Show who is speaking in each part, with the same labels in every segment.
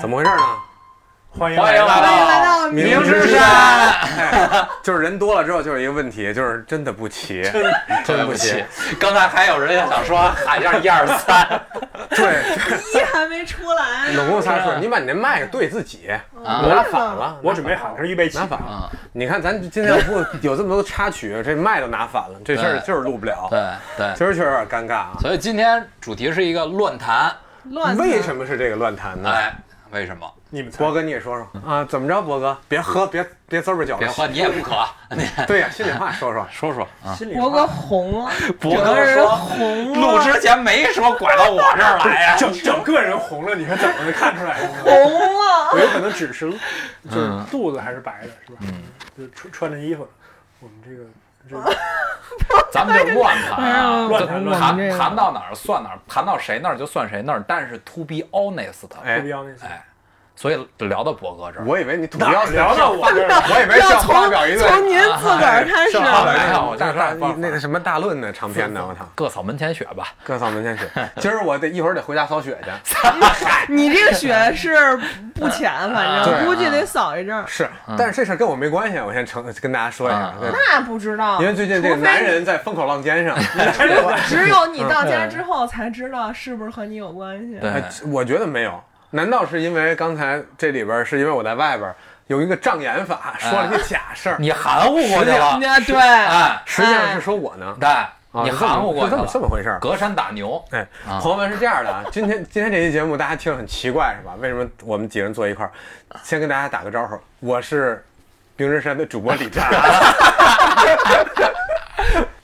Speaker 1: 怎么回事呢？
Speaker 2: 欢迎
Speaker 3: 欢迎来
Speaker 2: 到
Speaker 3: 到
Speaker 4: 欢迎来到
Speaker 1: 明
Speaker 3: 明
Speaker 1: 知
Speaker 3: 知
Speaker 1: 山
Speaker 3: 山，
Speaker 1: 哎就是人多了之后就是一个问题，就是真的不齐。
Speaker 3: 对不起，刚才还有人要想说喊一下一二三，
Speaker 1: 对，
Speaker 4: 一还没出来呢。
Speaker 1: 拢共仨数，你把你那麦对自己，
Speaker 3: 啊
Speaker 1: 我拿反了。
Speaker 2: 我准备喊上预备起
Speaker 1: 拿。反了。
Speaker 3: 嗯，
Speaker 1: 你看咱今天要不有这么多插曲，这麦都拿反了，这事儿
Speaker 3: 对
Speaker 1: 就是录不了，
Speaker 3: 对对，
Speaker 1: 今儿确实有点尴尬啊。
Speaker 3: 所以今天主题是一个乱谈，
Speaker 4: 乱
Speaker 1: 为
Speaker 4: 么？
Speaker 1: 什么是这个乱谈呢？
Speaker 3: 哎，为什么？
Speaker 2: 你们猜
Speaker 1: 博哥你也说说啊，怎么着？博哥，别喝，别别滋儿脚
Speaker 3: 别喝，你也不渴，你
Speaker 1: 对呀，心里话说 说。
Speaker 3: 说说啊。
Speaker 2: 心里
Speaker 4: 博哥红了，
Speaker 3: 博
Speaker 4: 整个
Speaker 3: 哥
Speaker 4: 人
Speaker 3: 说啊
Speaker 4: 红了，
Speaker 3: 录之前没说拐到我这儿来呀，
Speaker 2: 整整个人红了，你看怎么能看出来的呢？
Speaker 4: 红了。
Speaker 2: 我有可能只是嗯就是肚子还是白的，是吧？就是穿穿着衣服，我们这个这个
Speaker 3: 咱们就乱谈啊，
Speaker 2: 乱谈
Speaker 3: 就
Speaker 2: 乱
Speaker 4: 哎谈这
Speaker 3: 谈
Speaker 4: 个
Speaker 3: 谈到哪儿算哪儿，谈到谁那儿就算谁那儿。但是 to be honest，
Speaker 1: 哎
Speaker 2: 不标那些。
Speaker 3: 哎，所以聊到博哥这儿，
Speaker 1: 我以为你吐
Speaker 2: 哪
Speaker 1: 要
Speaker 2: 儿哎聊到我这儿了？
Speaker 1: 我以为
Speaker 4: 要
Speaker 1: 像
Speaker 4: 从
Speaker 1: 发表一啊
Speaker 4: 从
Speaker 1: 顿
Speaker 4: 您自个儿开始
Speaker 1: 像发表
Speaker 3: 哎
Speaker 1: 一
Speaker 3: 呀我
Speaker 1: 顿大
Speaker 3: 就是
Speaker 1: 大
Speaker 3: 发
Speaker 1: 那个什么大论呢，长篇呢， 我操，
Speaker 3: 各扫门前雪吧。
Speaker 1: 各扫门前雪。今儿我得一会儿得回家扫雪去。
Speaker 4: 你这个血是不浅，反
Speaker 1: 对啊
Speaker 4: 正估计得扫一阵儿。
Speaker 1: 是，但是这事儿跟我没关系，我先承跟大家说一下对
Speaker 3: 嗯，
Speaker 4: 那不知道，
Speaker 1: 因为最近这个
Speaker 4: 除非
Speaker 1: 男人在风口浪尖上，
Speaker 4: 只有你到家之后才知道是不是和你有关系。
Speaker 3: 对
Speaker 1: 哎， 我觉得没有。难道是因为刚才这里边儿是因为我在外边儿有一个障眼法说了一些假事儿，
Speaker 3: 啊你含糊过去了，
Speaker 4: 那对，
Speaker 3: 哎，
Speaker 1: 实际上是说我呢？
Speaker 3: 对，
Speaker 1: 啊
Speaker 3: 你
Speaker 1: 是这么
Speaker 3: 含糊过
Speaker 1: 是
Speaker 3: 去
Speaker 1: 这么这么
Speaker 3: 了。
Speaker 1: 回事儿。
Speaker 3: 隔山打牛，
Speaker 1: 哎，
Speaker 3: 啊
Speaker 1: 朋友们是这样的啊，今天今天这期节目大家听着很奇怪是吧？为什么我们几个人坐一块儿？先跟大家打个招呼，我是明日山的主播李啊湛，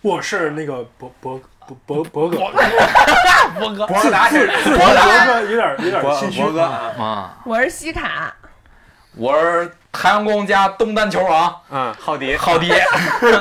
Speaker 2: 我是那个博博博博博哥，
Speaker 3: 博哥
Speaker 1: 博哥打起
Speaker 2: 博哥有点有点
Speaker 1: 博
Speaker 2: 心虚。
Speaker 1: 博哥啊，
Speaker 3: 啊，
Speaker 4: 我是西卡，
Speaker 3: 我是太阳宫家东单球王
Speaker 1: 嗯，浩迪，
Speaker 3: 浩 迪，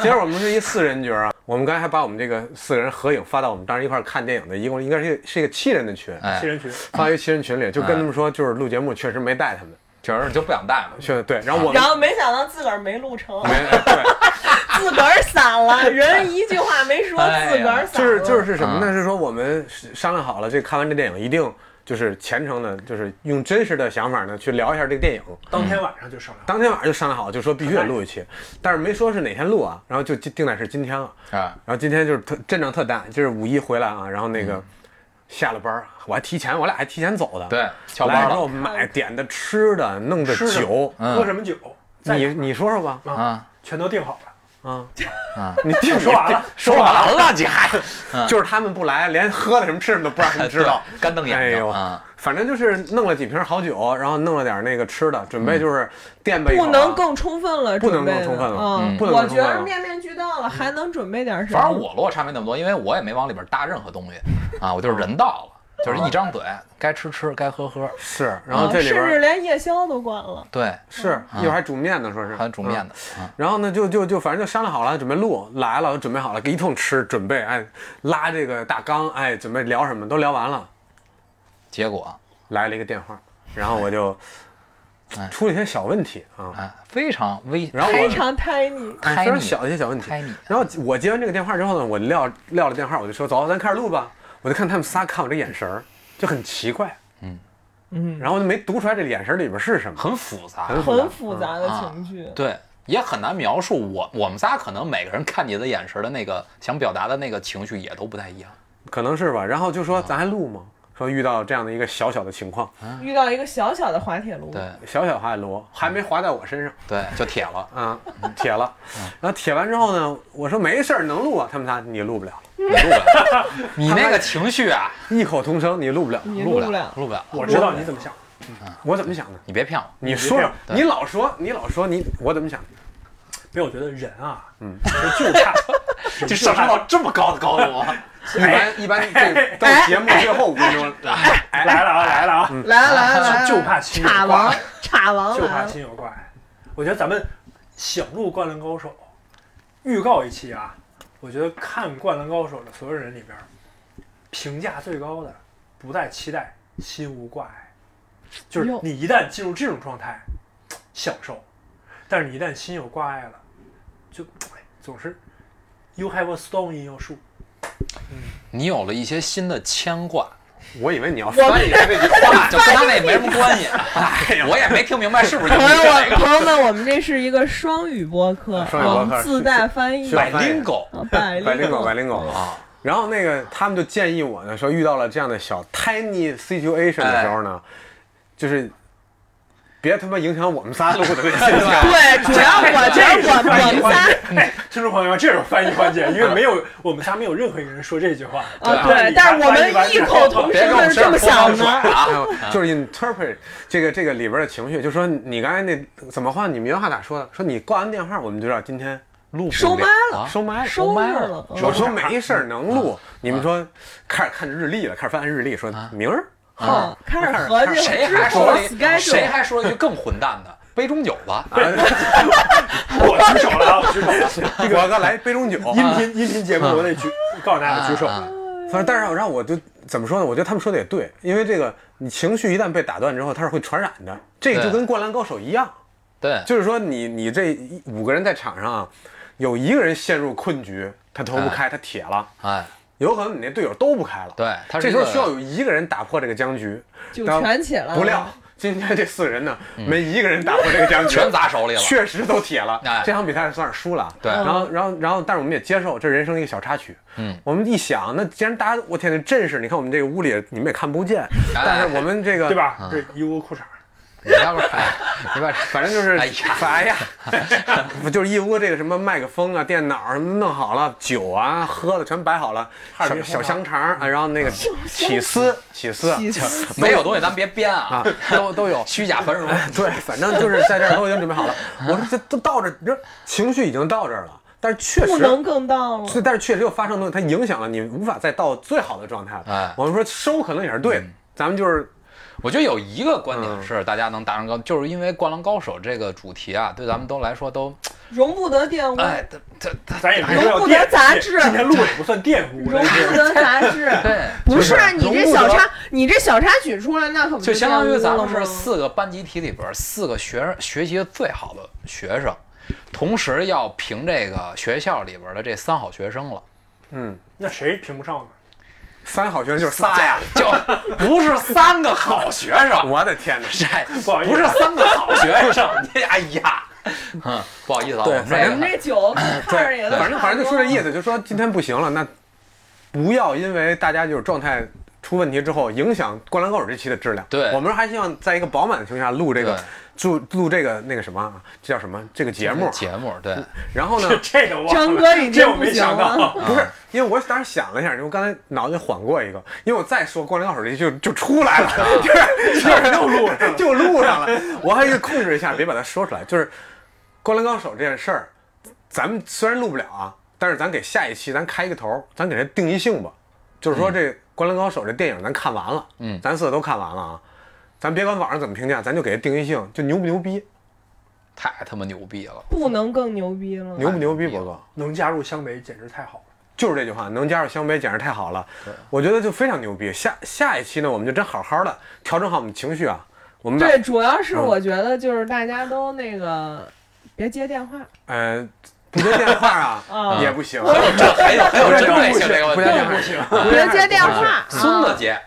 Speaker 1: 今儿我们是一四人局啊，我们刚才还把我们这个四个人合影发到我们当时一块儿看电影的，一共应该是一个是一个七人的群，
Speaker 3: 哎
Speaker 2: 七，人群，
Speaker 1: 发一个七人群里，就跟他们说，就是录节目确实没带他们，
Speaker 3: 确实就不想带了。
Speaker 1: 确实对，然后我们
Speaker 4: 然后没想到自个儿没录成，
Speaker 1: 没对，
Speaker 4: 自个儿散了，人一句话没说，
Speaker 3: 哎呀
Speaker 4: 自个儿散
Speaker 1: 就
Speaker 4: 了。
Speaker 1: 是就是什么呢？是说我们是商量好了，这看完这电影一定就是虔诚的，就是用真实的想法呢去聊一下这个电影。
Speaker 2: 当天晚上就商量。
Speaker 1: 当天晚上就商量好，就说必须得录一期，但是没说是哪天录啊，然后就定定在是今天了。
Speaker 3: 哎，
Speaker 1: 然后今天就是特阵仗特大，就是五一回来啊，然后那个下了班儿，我还提前，我俩还提前走的。
Speaker 3: 对，翘
Speaker 1: 来
Speaker 3: 班
Speaker 1: 之后
Speaker 3: 了
Speaker 1: 买点的吃的，弄的
Speaker 2: 吃的
Speaker 1: 酒，
Speaker 3: 嗯
Speaker 2: 喝什么酒？在
Speaker 1: 你你说说
Speaker 2: 嗯
Speaker 1: 吧，
Speaker 3: 啊，
Speaker 2: 全都定好了。
Speaker 1: 啊
Speaker 3: 啊，
Speaker 1: 你听
Speaker 2: 说完了，
Speaker 1: 说完了，你还就是他们不来，连喝的什么吃什么都不让他们知道。
Speaker 3: 对干瞪
Speaker 1: 哎
Speaker 3: 眼睛
Speaker 1: 呦
Speaker 3: 啊，
Speaker 1: 反正就是弄了几瓶好酒，然后弄了点那个吃的，准备就是垫吧一口
Speaker 4: 不
Speaker 1: 啊。
Speaker 4: 能更充分了，
Speaker 1: 不能更
Speaker 4: 准备的
Speaker 1: 充分了
Speaker 4: 嗯，
Speaker 1: 不能
Speaker 4: 我
Speaker 1: 更充
Speaker 4: 觉
Speaker 1: 分
Speaker 4: 得
Speaker 1: 了
Speaker 4: 面面俱到了，还能准备点什么？
Speaker 3: 反正我落差没那么多，因为我也没往里边搭任何东西啊，我就是人到了，
Speaker 1: 啊
Speaker 3: 就是一张嘴，该吃吃，该喝喝。
Speaker 1: 是，然
Speaker 4: 嗯，
Speaker 1: 后这里
Speaker 4: 甚至
Speaker 1: 边
Speaker 4: 连夜宵都管了。
Speaker 3: 对，
Speaker 1: 是一会儿还煮面呢，说是
Speaker 3: 还有煮面
Speaker 1: 嗯
Speaker 3: 的，啊
Speaker 1: 然后呢，就就就反正就商量好了，准备录来了，准备好了，一通吃，准备哎拉这个大纲，哎准备聊什么都聊完了，
Speaker 3: 结果
Speaker 1: 来了一个电话，然后我就
Speaker 3: 哎
Speaker 1: 出了一些小问题啊，
Speaker 3: 哎，非常危，
Speaker 1: 然后
Speaker 4: 非
Speaker 1: 我
Speaker 4: 常 tiny，
Speaker 1: 哎
Speaker 3: 开
Speaker 1: 非常
Speaker 3: 你
Speaker 1: 小的一些小问题
Speaker 3: 开你。
Speaker 1: 然后我接完这个电话之后呢，我撂撂了电话，我就说走，咱开始录吧。我就看他们仨看我这眼神儿，就很奇怪，嗯嗯，然后我就没读出来这眼神里边是什么，
Speaker 3: 很复杂，
Speaker 1: 很
Speaker 4: 很
Speaker 1: 复
Speaker 4: 复
Speaker 1: 杂。嗯
Speaker 4: 杂的情绪。
Speaker 3: 对，也很难描述。我我们仨可能每个人看你的眼神的那个想表达的那个情绪也都不太一样。
Speaker 1: 可能是吧。然后就说咱还录吗？说遇到这样的一个小小的情况，
Speaker 4: 遇到一个小小的滑铁卢，
Speaker 3: 对
Speaker 1: 小小滑铁卢还没滑在我身上
Speaker 3: 对，就铁了。
Speaker 1: 啊，铁了。然后铁完之后呢，我说没事儿能录啊，他们仨你录不了，
Speaker 3: 你录不 了，你那个情绪啊，
Speaker 1: 异口同声你录不了。
Speaker 4: 你
Speaker 3: 录
Speaker 4: 不
Speaker 3: 了
Speaker 4: 了，，
Speaker 3: 录不了。
Speaker 2: 我知道你怎么想，
Speaker 1: 我怎么想的？
Speaker 3: 你别骗我，
Speaker 1: 你说说，
Speaker 3: 对
Speaker 1: 你老说，你老说，你我怎么想的？
Speaker 2: 因为我觉得人啊，嗯， 就差
Speaker 3: 就上升到这么高的高 哎度。
Speaker 1: 一般一般这到节目最后五分钟，
Speaker 2: 来了啊，来了啊，
Speaker 4: 来
Speaker 1: 嗯
Speaker 4: 了来了来了，
Speaker 2: 就就怕亲
Speaker 4: 叉
Speaker 2: 友
Speaker 4: 王
Speaker 2: 挂，
Speaker 4: 叉王
Speaker 2: 就
Speaker 4: 来
Speaker 2: 怕
Speaker 4: 了，
Speaker 2: 亲友挂。我觉得咱们想录《灌篮高手》，预告一期啊，我觉得看《灌篮高手》的所有人里边，评价最高的，不带期待，心无挂碍，就是
Speaker 4: 哟
Speaker 2: 你一旦进入这种状态，享受；但是你一旦心有挂碍了，就哎总是 you have a stone in your shoe。
Speaker 3: 你有了一些新的牵挂，
Speaker 1: 我以为你要翻译一下这句话，
Speaker 3: 就跟他那也没什么关系。 哎我也没听明白是不 是就
Speaker 4: 朋
Speaker 3: 是
Speaker 4: 友
Speaker 3: 这
Speaker 4: 们，
Speaker 3: 个
Speaker 4: 朋友们，我们这是一个双语播客，
Speaker 1: 双语播客
Speaker 4: 啊自带翻译
Speaker 1: 需，要翻译
Speaker 3: bilingual
Speaker 4: 啊百
Speaker 1: 百灵
Speaker 4: 灵
Speaker 1: 狗，
Speaker 4: 狗
Speaker 1: 百灵狗
Speaker 3: 啊。
Speaker 1: 然后那个他们就建议我呢，说遇到了这样的小 tiny situation 的时候呢，就是别他妈影响我们仨录的那些。
Speaker 4: 对，主要我觉得我我们 仨
Speaker 2: 哎，听众朋友们，这是翻译环节，因为没有我们仨没有任何一个人说这句话。
Speaker 4: 啊，对，但是我们异口同
Speaker 3: 别
Speaker 4: 声
Speaker 3: 跟我
Speaker 4: 的
Speaker 3: 们
Speaker 4: 是这么想的。
Speaker 1: 还有 就是 interpret 这个这个里边的情绪，就说你刚才那怎么话？你们原话咋说的？说你挂完电话，我们就知道今天录不了
Speaker 4: 收麦了
Speaker 1: 收麦了。啊
Speaker 4: 收
Speaker 3: 麦
Speaker 4: 着
Speaker 3: 了
Speaker 4: 了，
Speaker 1: 我说没事儿，能录。你们说开始看日历了，开始翻日历，说明儿
Speaker 4: 嗯，开始合计
Speaker 3: 谁
Speaker 4: 之
Speaker 3: 还
Speaker 4: 后
Speaker 3: 说
Speaker 4: 的
Speaker 3: 了一
Speaker 4: schedule，
Speaker 3: 谁还说了一句更混蛋的？杯中酒吧，
Speaker 1: 啊
Speaker 2: 我举手了啊，我举手了。
Speaker 1: 我哥来杯中酒，
Speaker 2: 音频音频节目我得举，告诉大家举手。
Speaker 3: 啊
Speaker 1: 反正，但是让我就怎么说呢？我觉得他们说的也对，因为这个你情绪一旦被打断之后，它是会传染的。这个就
Speaker 3: 对
Speaker 1: 跟《灌篮高手》一样，
Speaker 3: 对，
Speaker 1: 就是说你你这一五个人在场上啊，有一个人陷入困局，他投不开，他铁了，
Speaker 3: 哎，
Speaker 1: 有可能你那队友都不开了。
Speaker 3: 对它是
Speaker 1: 这
Speaker 3: 一
Speaker 1: 时
Speaker 3: 个
Speaker 1: 候需要有一个人打破这个僵局，
Speaker 4: 就
Speaker 1: 但
Speaker 4: 全起来了。
Speaker 1: 不料 今天这四个人呢，没一个人打破这个僵局，
Speaker 3: 嗯全砸手里了。
Speaker 1: 确实都铁了
Speaker 3: 哎。
Speaker 1: 这场比赛算是输了。
Speaker 3: 对
Speaker 1: 然后，然后，然后，但是我们也接受这是人生一个小插曲。
Speaker 3: 嗯，
Speaker 1: 我们一想，那既然大家，我天，这阵势，你看我们这个屋里你们也看不见，
Speaker 3: 哎
Speaker 1: 但是我们这个
Speaker 2: 对？吧？
Speaker 3: 啊
Speaker 2: 这一屋裤衩，
Speaker 3: 你要不哎，你把
Speaker 1: 反正就是，
Speaker 3: 哎呀
Speaker 1: 哎呀， 就是一屋这个什么麦克风啊、电脑啊什么弄好了，酒啊喝的全摆好了，
Speaker 2: 哈尔
Speaker 1: 小
Speaker 2: 滨
Speaker 1: 小
Speaker 2: 红
Speaker 1: 香肠啊，然后那个起司、起司
Speaker 4: 起司
Speaker 3: 没有东西咱别编
Speaker 1: 啊
Speaker 3: 啊，，
Speaker 1: 都都有。
Speaker 3: 虚假繁荣。
Speaker 1: 对，反正就是在这儿都已经准备好了。我说这都到这儿，你这情绪已经到这儿了，但是确实
Speaker 4: 不能更到了。
Speaker 1: 是，但是确实又发生东西，它影响了你，无法再到最好的状态了。
Speaker 3: 哎
Speaker 1: 我们说收可能也是对的，咱们就是
Speaker 3: 我觉得有一个观
Speaker 1: 嗯
Speaker 3: 点是大家能达成高，就是因为《灌篮高手》这个主题啊，对咱们都来说都，
Speaker 4: 容不得玷污，
Speaker 1: 嗯
Speaker 3: 哎，它它它
Speaker 2: 咱也
Speaker 4: 哎
Speaker 2: 没说要玷污今天录也不算玷 污，
Speaker 4: 容不得杂质。
Speaker 3: 对，
Speaker 4: 不是啊
Speaker 1: 就是
Speaker 4: 你这小插，你这小插曲出来，那可不
Speaker 3: 就相当于咱们
Speaker 4: 玷污了
Speaker 3: 是
Speaker 4: 吗
Speaker 3: 四个班集体里边儿四个学生学习的最好的学生，同时要评这个学校里边儿的这三好学生了。
Speaker 1: 嗯，
Speaker 2: 那谁评不上呢？
Speaker 1: 三好学生就是仨呀。，
Speaker 3: 就不是三个好学 生，
Speaker 1: 我的天哪！
Speaker 3: 哎，
Speaker 2: 不好意思啊
Speaker 3: 不是三个好 学生，你哎呀，嗯，不好意思啊，我
Speaker 1: 对
Speaker 3: 们
Speaker 1: 反
Speaker 4: 你
Speaker 3: 这
Speaker 1: 正
Speaker 4: 们
Speaker 3: 个
Speaker 4: 这 酒看着也都
Speaker 1: 反正反正就说这意
Speaker 4: 思。
Speaker 1: 思，就说今天不行了，那不要因为大家就是状态出问题之后影响《灌篮高手》这期的质量。
Speaker 3: 对
Speaker 1: 我们还希望在一个饱满的情况下录这个
Speaker 3: 对，
Speaker 1: 录录这个那个什么啊，这叫什么？这个节目。
Speaker 3: 节目对，
Speaker 1: 然 后呢
Speaker 2: 这， 这个我
Speaker 4: 张哥已经
Speaker 2: 这我
Speaker 4: 不
Speaker 2: 没
Speaker 4: 行
Speaker 2: 想
Speaker 4: 了
Speaker 2: 到，，啊
Speaker 1: 不是，因为我当时想了一下，因为我刚才脑袋缓过一个，因为我再说《灌篮高手》这就就出来了，就是就是就录上了，就录上了。我还是控制一下，别把它说出来。就是《灌篮高手》这件事儿，咱们虽然录不了啊，但是咱给下一期咱开一个头，咱给它定一性吧。就是说这《灌篮高手》这电影咱看完了，
Speaker 3: 嗯
Speaker 1: 咱四个都看完了啊，咱别管网上怎么评价，咱就给它定一性，就牛不牛逼，
Speaker 3: 太他妈牛逼了，
Speaker 4: 不能更牛逼了。
Speaker 1: 牛不牛逼，博哥。
Speaker 2: 能加入湘北简直太好了。
Speaker 1: 就是这句话，能加入湘北简直太好了。我觉得就非常牛逼。下下一期呢，我们就真好好的调整好我们情绪啊。我们把
Speaker 4: 对，主要是
Speaker 1: 嗯
Speaker 4: 我觉得就是大家都那个别接电话，
Speaker 1: 呃不接电话啊
Speaker 4: 啊
Speaker 1: 也不行，
Speaker 3: 这还有还有针对性这个
Speaker 1: 不
Speaker 3: 问
Speaker 1: 接电话
Speaker 3: 题，嗯
Speaker 1: 也行
Speaker 4: 别接电话，
Speaker 3: 孙子
Speaker 4: 啊
Speaker 3: 节，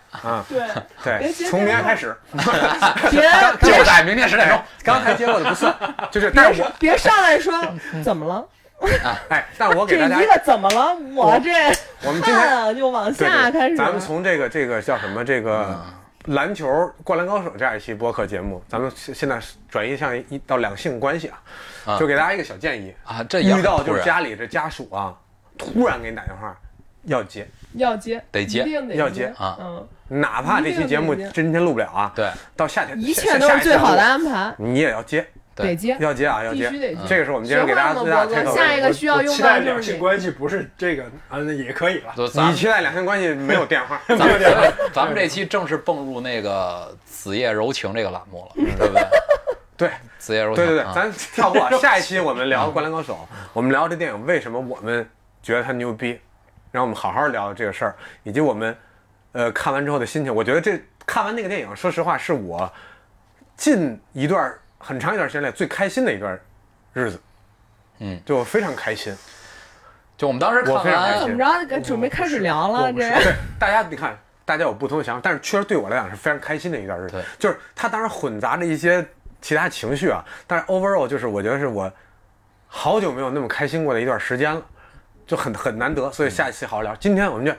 Speaker 4: 对，
Speaker 1: 对
Speaker 4: 别接，电话哎
Speaker 1: 从明天开始，哎
Speaker 4: 别
Speaker 3: 就在明天十点钟，
Speaker 1: 刚才接过的不算，就是但
Speaker 4: 别
Speaker 1: 是我
Speaker 4: 上别上来说怎么了，
Speaker 1: 哎，但我
Speaker 4: 这
Speaker 1: 给大家
Speaker 4: 一，个怎么了，我这
Speaker 1: 我们今天
Speaker 4: 看啊就往
Speaker 1: 对
Speaker 4: 下
Speaker 1: 对
Speaker 4: 开始了，
Speaker 1: 咱们从这个这个叫什么这个篮球《灌篮高手》这样一期播客节目，咱们现现在转移向一到两性关系啊，
Speaker 3: 啊
Speaker 1: 就给大家一个小建议，
Speaker 3: 啊，这也
Speaker 1: 遇到
Speaker 3: 很突
Speaker 1: 就是
Speaker 3: 然
Speaker 1: 家里这家属啊，突然给你打电话，要接，
Speaker 4: 要接，
Speaker 3: 得接
Speaker 4: 一定得
Speaker 1: 要接
Speaker 4: 接
Speaker 3: 啊
Speaker 4: 嗯，
Speaker 1: 哪怕这期节目
Speaker 4: 一定得接
Speaker 1: 今天录不了啊，
Speaker 3: 对，
Speaker 1: 到夏天
Speaker 4: 一切都是最好的，安排，
Speaker 1: 你也要接，
Speaker 3: 对
Speaker 4: 得接。
Speaker 1: 要接啊，要接，
Speaker 4: 必须得接
Speaker 1: 这个是我们今天给大家
Speaker 4: 学会
Speaker 1: 最
Speaker 4: 吗
Speaker 1: 大的
Speaker 4: 博
Speaker 1: 参
Speaker 4: 哥
Speaker 1: 考。
Speaker 4: 下一个需要
Speaker 2: 期
Speaker 4: 用
Speaker 2: 待
Speaker 4: 到就
Speaker 2: 两
Speaker 4: 是
Speaker 2: 性
Speaker 4: 你。
Speaker 2: 关系不是这个啊，那也可以了。
Speaker 3: 就咱
Speaker 1: 你
Speaker 3: 们
Speaker 1: 期待两性关系没有 电话，
Speaker 2: 没有点
Speaker 3: 咱们这期正式蹦入那个子夜柔情这个栏目了，对不对？
Speaker 1: 对
Speaker 3: 子夜柔
Speaker 1: 嗯对
Speaker 3: 情，
Speaker 1: 对对
Speaker 3: 啊，
Speaker 1: 咱跳过啊，下一期我们聊《灌篮高手》， 我们聊这电影为什么我们觉得它牛逼，然后我们好好聊这个事儿，以及我们呃看完之后的心情。我觉得这看完那个电影，说实话是我近一段很长一段时间内最开心的一段日子，
Speaker 3: 嗯，
Speaker 1: 就我非常开心。
Speaker 3: 就我们当时看
Speaker 1: 我非常开
Speaker 3: 完
Speaker 4: 呃
Speaker 1: 心
Speaker 4: 怎么着？准备开始聊了，这
Speaker 1: 对，大家你看，大家有不同的想法，但是确实对我来讲是非常开心的一段日
Speaker 3: 对
Speaker 1: 子。就是它当然混杂着一些其他情绪啊，但是 overall 就是我觉得是我好久没有那么开心过的一段时间了，就很很难得。所以下一期好好聊。今天我们就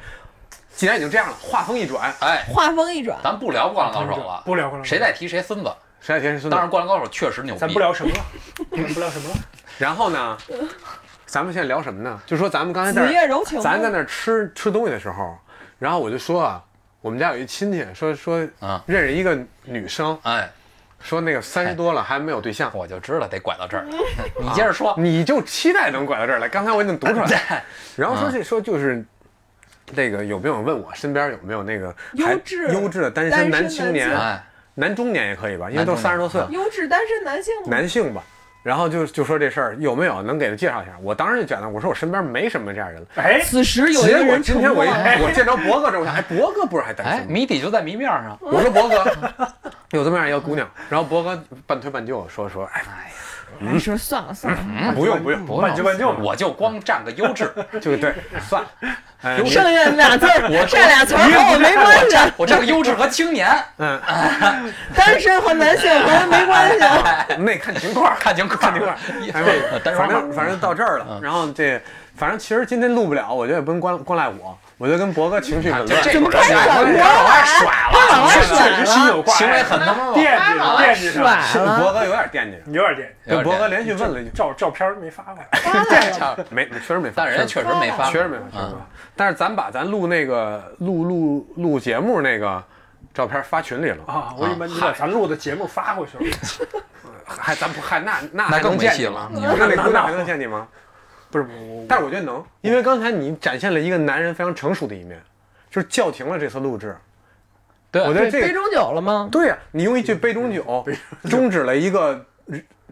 Speaker 1: 既然已经这样了，话锋一转，
Speaker 3: 哎，
Speaker 4: 话锋一转，
Speaker 3: 咱不聊《灌篮高手》了，
Speaker 2: 不聊灌篮高手
Speaker 3: 啊谁再提谁孙子。
Speaker 1: 谁来填孙子
Speaker 3: 当？然，《灌篮高手》确实牛逼。
Speaker 2: 咱不聊什么了，咱不聊什么了。
Speaker 1: 然后呢，咱们现在聊什么呢？就说咱们刚才在
Speaker 4: 子
Speaker 1: 这
Speaker 4: 夜
Speaker 1: 儿
Speaker 4: 柔情。
Speaker 1: 咱在那儿吃吃东西的时候，然后我就说啊，我们家有一亲戚说说
Speaker 3: 啊
Speaker 1: 认识一个女生，
Speaker 3: 哎，
Speaker 1: 说那个三十多了还没有对象，
Speaker 3: 我就知道得拐 到这儿。你接着说。哎
Speaker 1: 你就期待能拐到这儿来。刚才我已经读
Speaker 4: 哎
Speaker 1: 出来了，然后说
Speaker 4: 嗯
Speaker 1: 这说就是。那个有没有问我身边有没有那个
Speaker 4: 优
Speaker 1: 还
Speaker 4: 质
Speaker 1: 优质的单
Speaker 4: 单
Speaker 1: 身
Speaker 4: 身
Speaker 1: 男青
Speaker 4: 男
Speaker 1: 年
Speaker 4: 性、
Speaker 3: 哎，
Speaker 1: 男中年也可以吧，因为都三十多岁
Speaker 3: 男中年
Speaker 4: 优质单身男性吗？
Speaker 1: 男性吧。然后就就说这事儿有没有能给他介绍一下？我当时就觉得我说我身边没什么这样的人了。
Speaker 2: 哎，
Speaker 4: 此时有一
Speaker 1: 结
Speaker 4: 个
Speaker 1: 果
Speaker 4: 人啊
Speaker 1: 今
Speaker 4: 沉
Speaker 1: 天
Speaker 4: 默
Speaker 1: 我一嗯哎
Speaker 4: 了。
Speaker 1: 我见着博哥之后，我想，哎，博哥不是还单
Speaker 3: 哎，
Speaker 1: 身吗？
Speaker 3: 谜底就在谜面上。
Speaker 1: 我说博哥有这么样一个姑娘，然后博哥半推半就说说，哎，
Speaker 4: 哎说算了算了，
Speaker 1: 不用不用，
Speaker 3: 不
Speaker 2: 慢就慢就嘛
Speaker 3: 我就光占个优质，
Speaker 1: 就对，算了，哎，
Speaker 4: 剩下俩字儿， 这俩词儿和我没关系，
Speaker 3: 我占个优质和青年，
Speaker 1: 嗯，
Speaker 4: 单身和男性和咱没关系。
Speaker 1: 那嗯看情况。
Speaker 3: 看情况，
Speaker 1: 看情况，哎
Speaker 3: 呃单
Speaker 1: 反
Speaker 3: 双嗯
Speaker 1: 正
Speaker 3: 号。
Speaker 1: 反正到这儿了，然后这反正其实今天录不了，我觉得也不能光光赖我，我觉得跟博哥情绪很乱，
Speaker 3: 啊这么开
Speaker 4: 始
Speaker 3: 我
Speaker 2: 哎
Speaker 4: 我
Speaker 3: 往外甩了，
Speaker 4: 往外甩
Speaker 2: 确实心有挂碍，
Speaker 3: 行为很他妈猛
Speaker 2: 惦记着，惦记着，
Speaker 4: 甩
Speaker 1: 是
Speaker 4: 了，
Speaker 1: 博哥有点惦记着，
Speaker 2: 有点惦记。
Speaker 1: 跟博哥连续问了一句，
Speaker 2: 照照片没发过来，
Speaker 1: 没确实没法，
Speaker 3: 但人家确实没发，啊嗯
Speaker 1: 确实没法，确实没法。但是咱把咱录那个录录录节目那个照片发群里了，
Speaker 2: 啊，我以为你把咱录的节目发过去了，
Speaker 1: 还咱不还那那
Speaker 3: 那
Speaker 1: 还
Speaker 3: 更
Speaker 1: 能
Speaker 3: 没
Speaker 1: 见
Speaker 3: 戏
Speaker 1: 你
Speaker 3: 了嗯
Speaker 1: 吗？。
Speaker 3: 你
Speaker 1: 那那姑娘还能见你吗？
Speaker 2: 不是我，
Speaker 1: 但是我觉得能，因为刚才你展现了一个男人非常成熟的一面，就是叫停了这次录制。
Speaker 3: 对
Speaker 1: 我觉得这
Speaker 4: 杯
Speaker 1: 个
Speaker 4: 中酒了吗？
Speaker 1: 对呀、你用一句 杯中酒终止了一个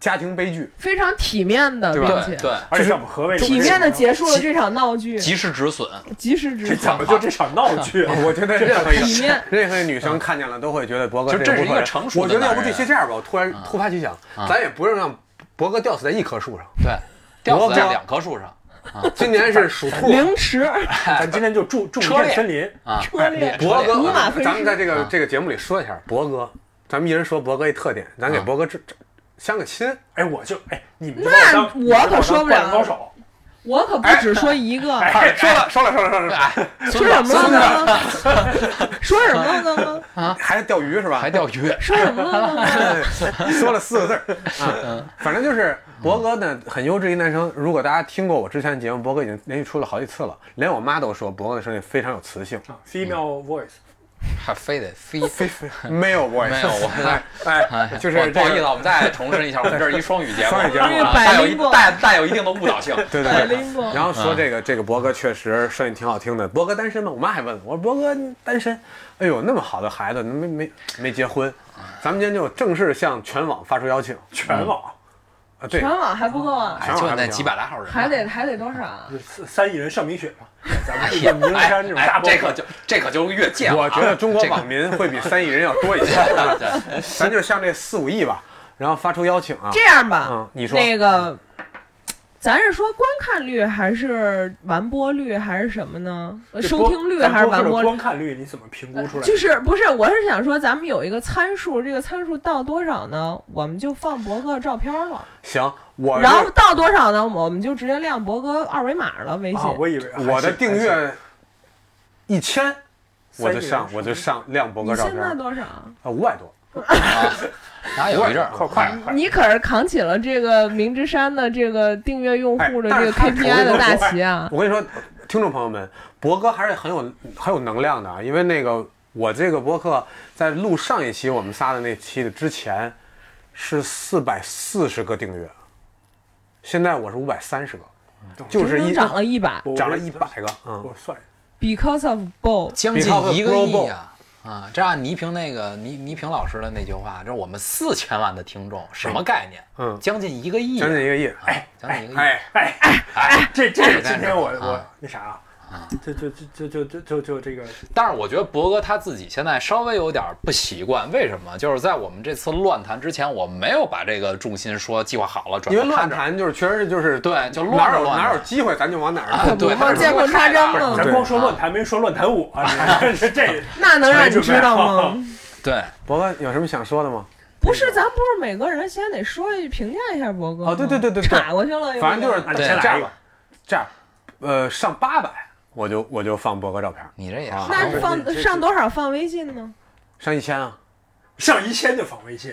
Speaker 1: 家庭悲剧。
Speaker 4: 非常体面的，并
Speaker 3: 对
Speaker 4: 且
Speaker 3: 对，
Speaker 2: 而且在我们河北
Speaker 4: 体面的结束了这场闹剧，
Speaker 3: 及时止损，
Speaker 4: 及时止
Speaker 2: 这
Speaker 4: 损
Speaker 2: 怎。么就这场闹剧？ 啊
Speaker 1: 我觉得任何一
Speaker 4: 体面
Speaker 1: 个 任何一个女生看见了都会觉得博哥
Speaker 3: 就这
Speaker 1: 不
Speaker 3: 是
Speaker 1: 合
Speaker 3: 一个
Speaker 1: 人
Speaker 3: 成熟的
Speaker 1: 我觉得要
Speaker 3: 男
Speaker 1: 不这
Speaker 3: 人
Speaker 1: 期这样吧，我突
Speaker 4: 啊
Speaker 1: 然突发奇想，咱也不用让博哥吊死在一棵树上。
Speaker 3: 对，吊死
Speaker 1: 我
Speaker 3: 在
Speaker 1: 我
Speaker 3: 两棵树上，
Speaker 1: 今年是属兔，
Speaker 4: 凌迟
Speaker 2: 咱今天就住住一片森林，
Speaker 3: 啊，
Speaker 4: 车裂，
Speaker 1: 哎博哥，呃
Speaker 4: 五马分
Speaker 1: 咱们在
Speaker 4: 尸。
Speaker 1: 这个
Speaker 3: 啊
Speaker 1: 这个节目里说一下博哥，咱们一人说博哥一特点，咱给
Speaker 3: 啊
Speaker 1: 博哥这这相个亲。
Speaker 2: 哎，我就哎，你们就
Speaker 4: 那
Speaker 2: 把当
Speaker 4: 我
Speaker 2: 你们就把
Speaker 4: 可
Speaker 2: 当
Speaker 4: 说不
Speaker 2: 灌
Speaker 4: 了
Speaker 2: 篮高手，
Speaker 4: 我可不只说一个，
Speaker 2: 哎
Speaker 1: 哎，说了，说了，说了，说了说了，
Speaker 4: 说什么了呢？ 说什么了呢？
Speaker 1: 还钓鱼是吧？
Speaker 3: 还钓
Speaker 1: 啊
Speaker 3: 鱼，
Speaker 4: 说什么了呢？
Speaker 1: 说了四个字儿啊，反正就是博哥呢，很优质一男生。如果大家听过我之前的节目，博哥已经连续出了好几次了，连我妈都说博哥的声音非常有磁性，
Speaker 2: 啊，female voice，
Speaker 3: 还非得非。
Speaker 1: 非非 没有我
Speaker 3: 没有我
Speaker 1: 哎 哎，就是
Speaker 3: 不好意思，
Speaker 1: 思，
Speaker 3: 我们再重申一下，我们这是一双语节 目，
Speaker 1: 双语节目
Speaker 3: 啊带有一带带有一定的误导性。
Speaker 1: 对
Speaker 4: 百
Speaker 1: 对对。
Speaker 4: 灵果
Speaker 1: 然后说这个这个博哥确实声音挺好听的，博哥单身吗？我妈还问我，我说博哥单身，哎呦那么好的孩子没没没结婚，咱们今天就正式向全网发出邀请
Speaker 2: 全网
Speaker 1: 啊，对
Speaker 4: 全，网还不够啊，
Speaker 3: 哎，就那几百来号人，
Speaker 4: 还得还得多少啊？
Speaker 2: 三三亿人上米雪嘛，咱们
Speaker 3: 哎
Speaker 2: 这名山这种大
Speaker 3: 哎，
Speaker 2: 包
Speaker 3: 这可就这可就越界了啊。
Speaker 1: 我觉得中国
Speaker 3: 这个
Speaker 1: 网民会比三亿人要多一 些，咱就像这四五亿吧，然后发出邀请啊，
Speaker 4: 这样吧，
Speaker 1: 嗯你说
Speaker 4: 那个，咱是说观看率还是完播率还是什么呢？呃
Speaker 2: 这
Speaker 4: 收
Speaker 2: 播
Speaker 4: 听率
Speaker 2: 咱
Speaker 4: 还是
Speaker 2: 播
Speaker 4: 完
Speaker 2: 客的
Speaker 4: 播率？
Speaker 2: 观看率你怎么评估出来的？
Speaker 4: 就是不是？我是想说，咱们有一个参数，这个参数到多少呢？我们就放博哥照片了。
Speaker 1: 行，我
Speaker 4: 然后
Speaker 1: 是
Speaker 4: 到多少呢？我们就直接亮博哥二维码了，微信。
Speaker 2: 啊，我以为
Speaker 1: 我的订，
Speaker 2: 还是
Speaker 1: 阅一千，
Speaker 2: 三
Speaker 1: 我
Speaker 2: 亿
Speaker 1: 就
Speaker 2: 人
Speaker 1: 上我就上亮博
Speaker 4: 你
Speaker 1: 哥照
Speaker 4: 现
Speaker 1: 片
Speaker 4: 在
Speaker 1: 啊，
Speaker 4: 多少？
Speaker 1: 五百多，
Speaker 3: 哪有一阵儿
Speaker 2: 快快快！
Speaker 4: 你可是扛起了这个明之山的这个订阅用户的
Speaker 1: 哎
Speaker 4: 这
Speaker 1: 但是
Speaker 4: 个
Speaker 1: 他
Speaker 4: KPI 的大旗啊！
Speaker 1: 我跟你说，听众朋友们，博哥还是很有很有能量的啊，因为那个我这个博客在录上一期我们仨的那期的之前是四百四十个订阅，现在我是五百三十个，就是
Speaker 4: 整
Speaker 1: 一
Speaker 4: 整涨了一百
Speaker 2: 我
Speaker 1: 涨了一百个，嗯。
Speaker 2: 我算
Speaker 4: ，because of Bo。
Speaker 3: 将近一个亿啊！啊，这按倪萍那个倪倪萍老师的那句话，这我们四千万的听众什么概念？
Speaker 1: 嗯
Speaker 3: 将近一个亿啊，
Speaker 1: 将近一个亿。
Speaker 3: 哎，将近一个亿，
Speaker 1: 哎，
Speaker 2: 哎哎，这这个今天我
Speaker 3: 啊
Speaker 2: 我那啥啊，就就就就就就就这个，
Speaker 3: 但是我觉得博哥他自己现在稍微有点不习惯，为什么？就是在我们这次乱谈之前，我没有把这个重心说计划好了，转
Speaker 1: 因为
Speaker 3: 到
Speaker 1: 乱
Speaker 3: 看这儿
Speaker 1: 谈就是确实就是
Speaker 3: 对，就乱
Speaker 1: 哪
Speaker 3: 着
Speaker 1: 有
Speaker 3: 乱
Speaker 1: 哪有
Speaker 3: 着
Speaker 1: 机会咱就往哪儿
Speaker 3: 啊
Speaker 1: 走。
Speaker 3: 对，
Speaker 4: 我们见过插针吗
Speaker 2: 咱
Speaker 1: 嗯对啊
Speaker 2: 光说论坛没说论坛我， 你这这
Speaker 4: 那能让你知道吗？
Speaker 3: 对，
Speaker 1: 博哥有什么想说的吗？
Speaker 4: 不是，咱不是每个人先得说一句评价一下博哥吗。
Speaker 1: 哦对对对对对
Speaker 4: 岔过去了又。
Speaker 1: 反正就是
Speaker 2: 那你
Speaker 3: 对
Speaker 2: 先
Speaker 1: 这
Speaker 2: 来
Speaker 1: 样
Speaker 2: 一个
Speaker 1: 吧，这样，呃，上八百我就我就放博哥照片，
Speaker 3: 你这也
Speaker 1: 啊
Speaker 3: 好
Speaker 4: 那
Speaker 1: 不是
Speaker 4: 放
Speaker 2: 这这
Speaker 4: 上多少放微信呢？
Speaker 1: 上一千啊。
Speaker 2: 上一千就访 微信，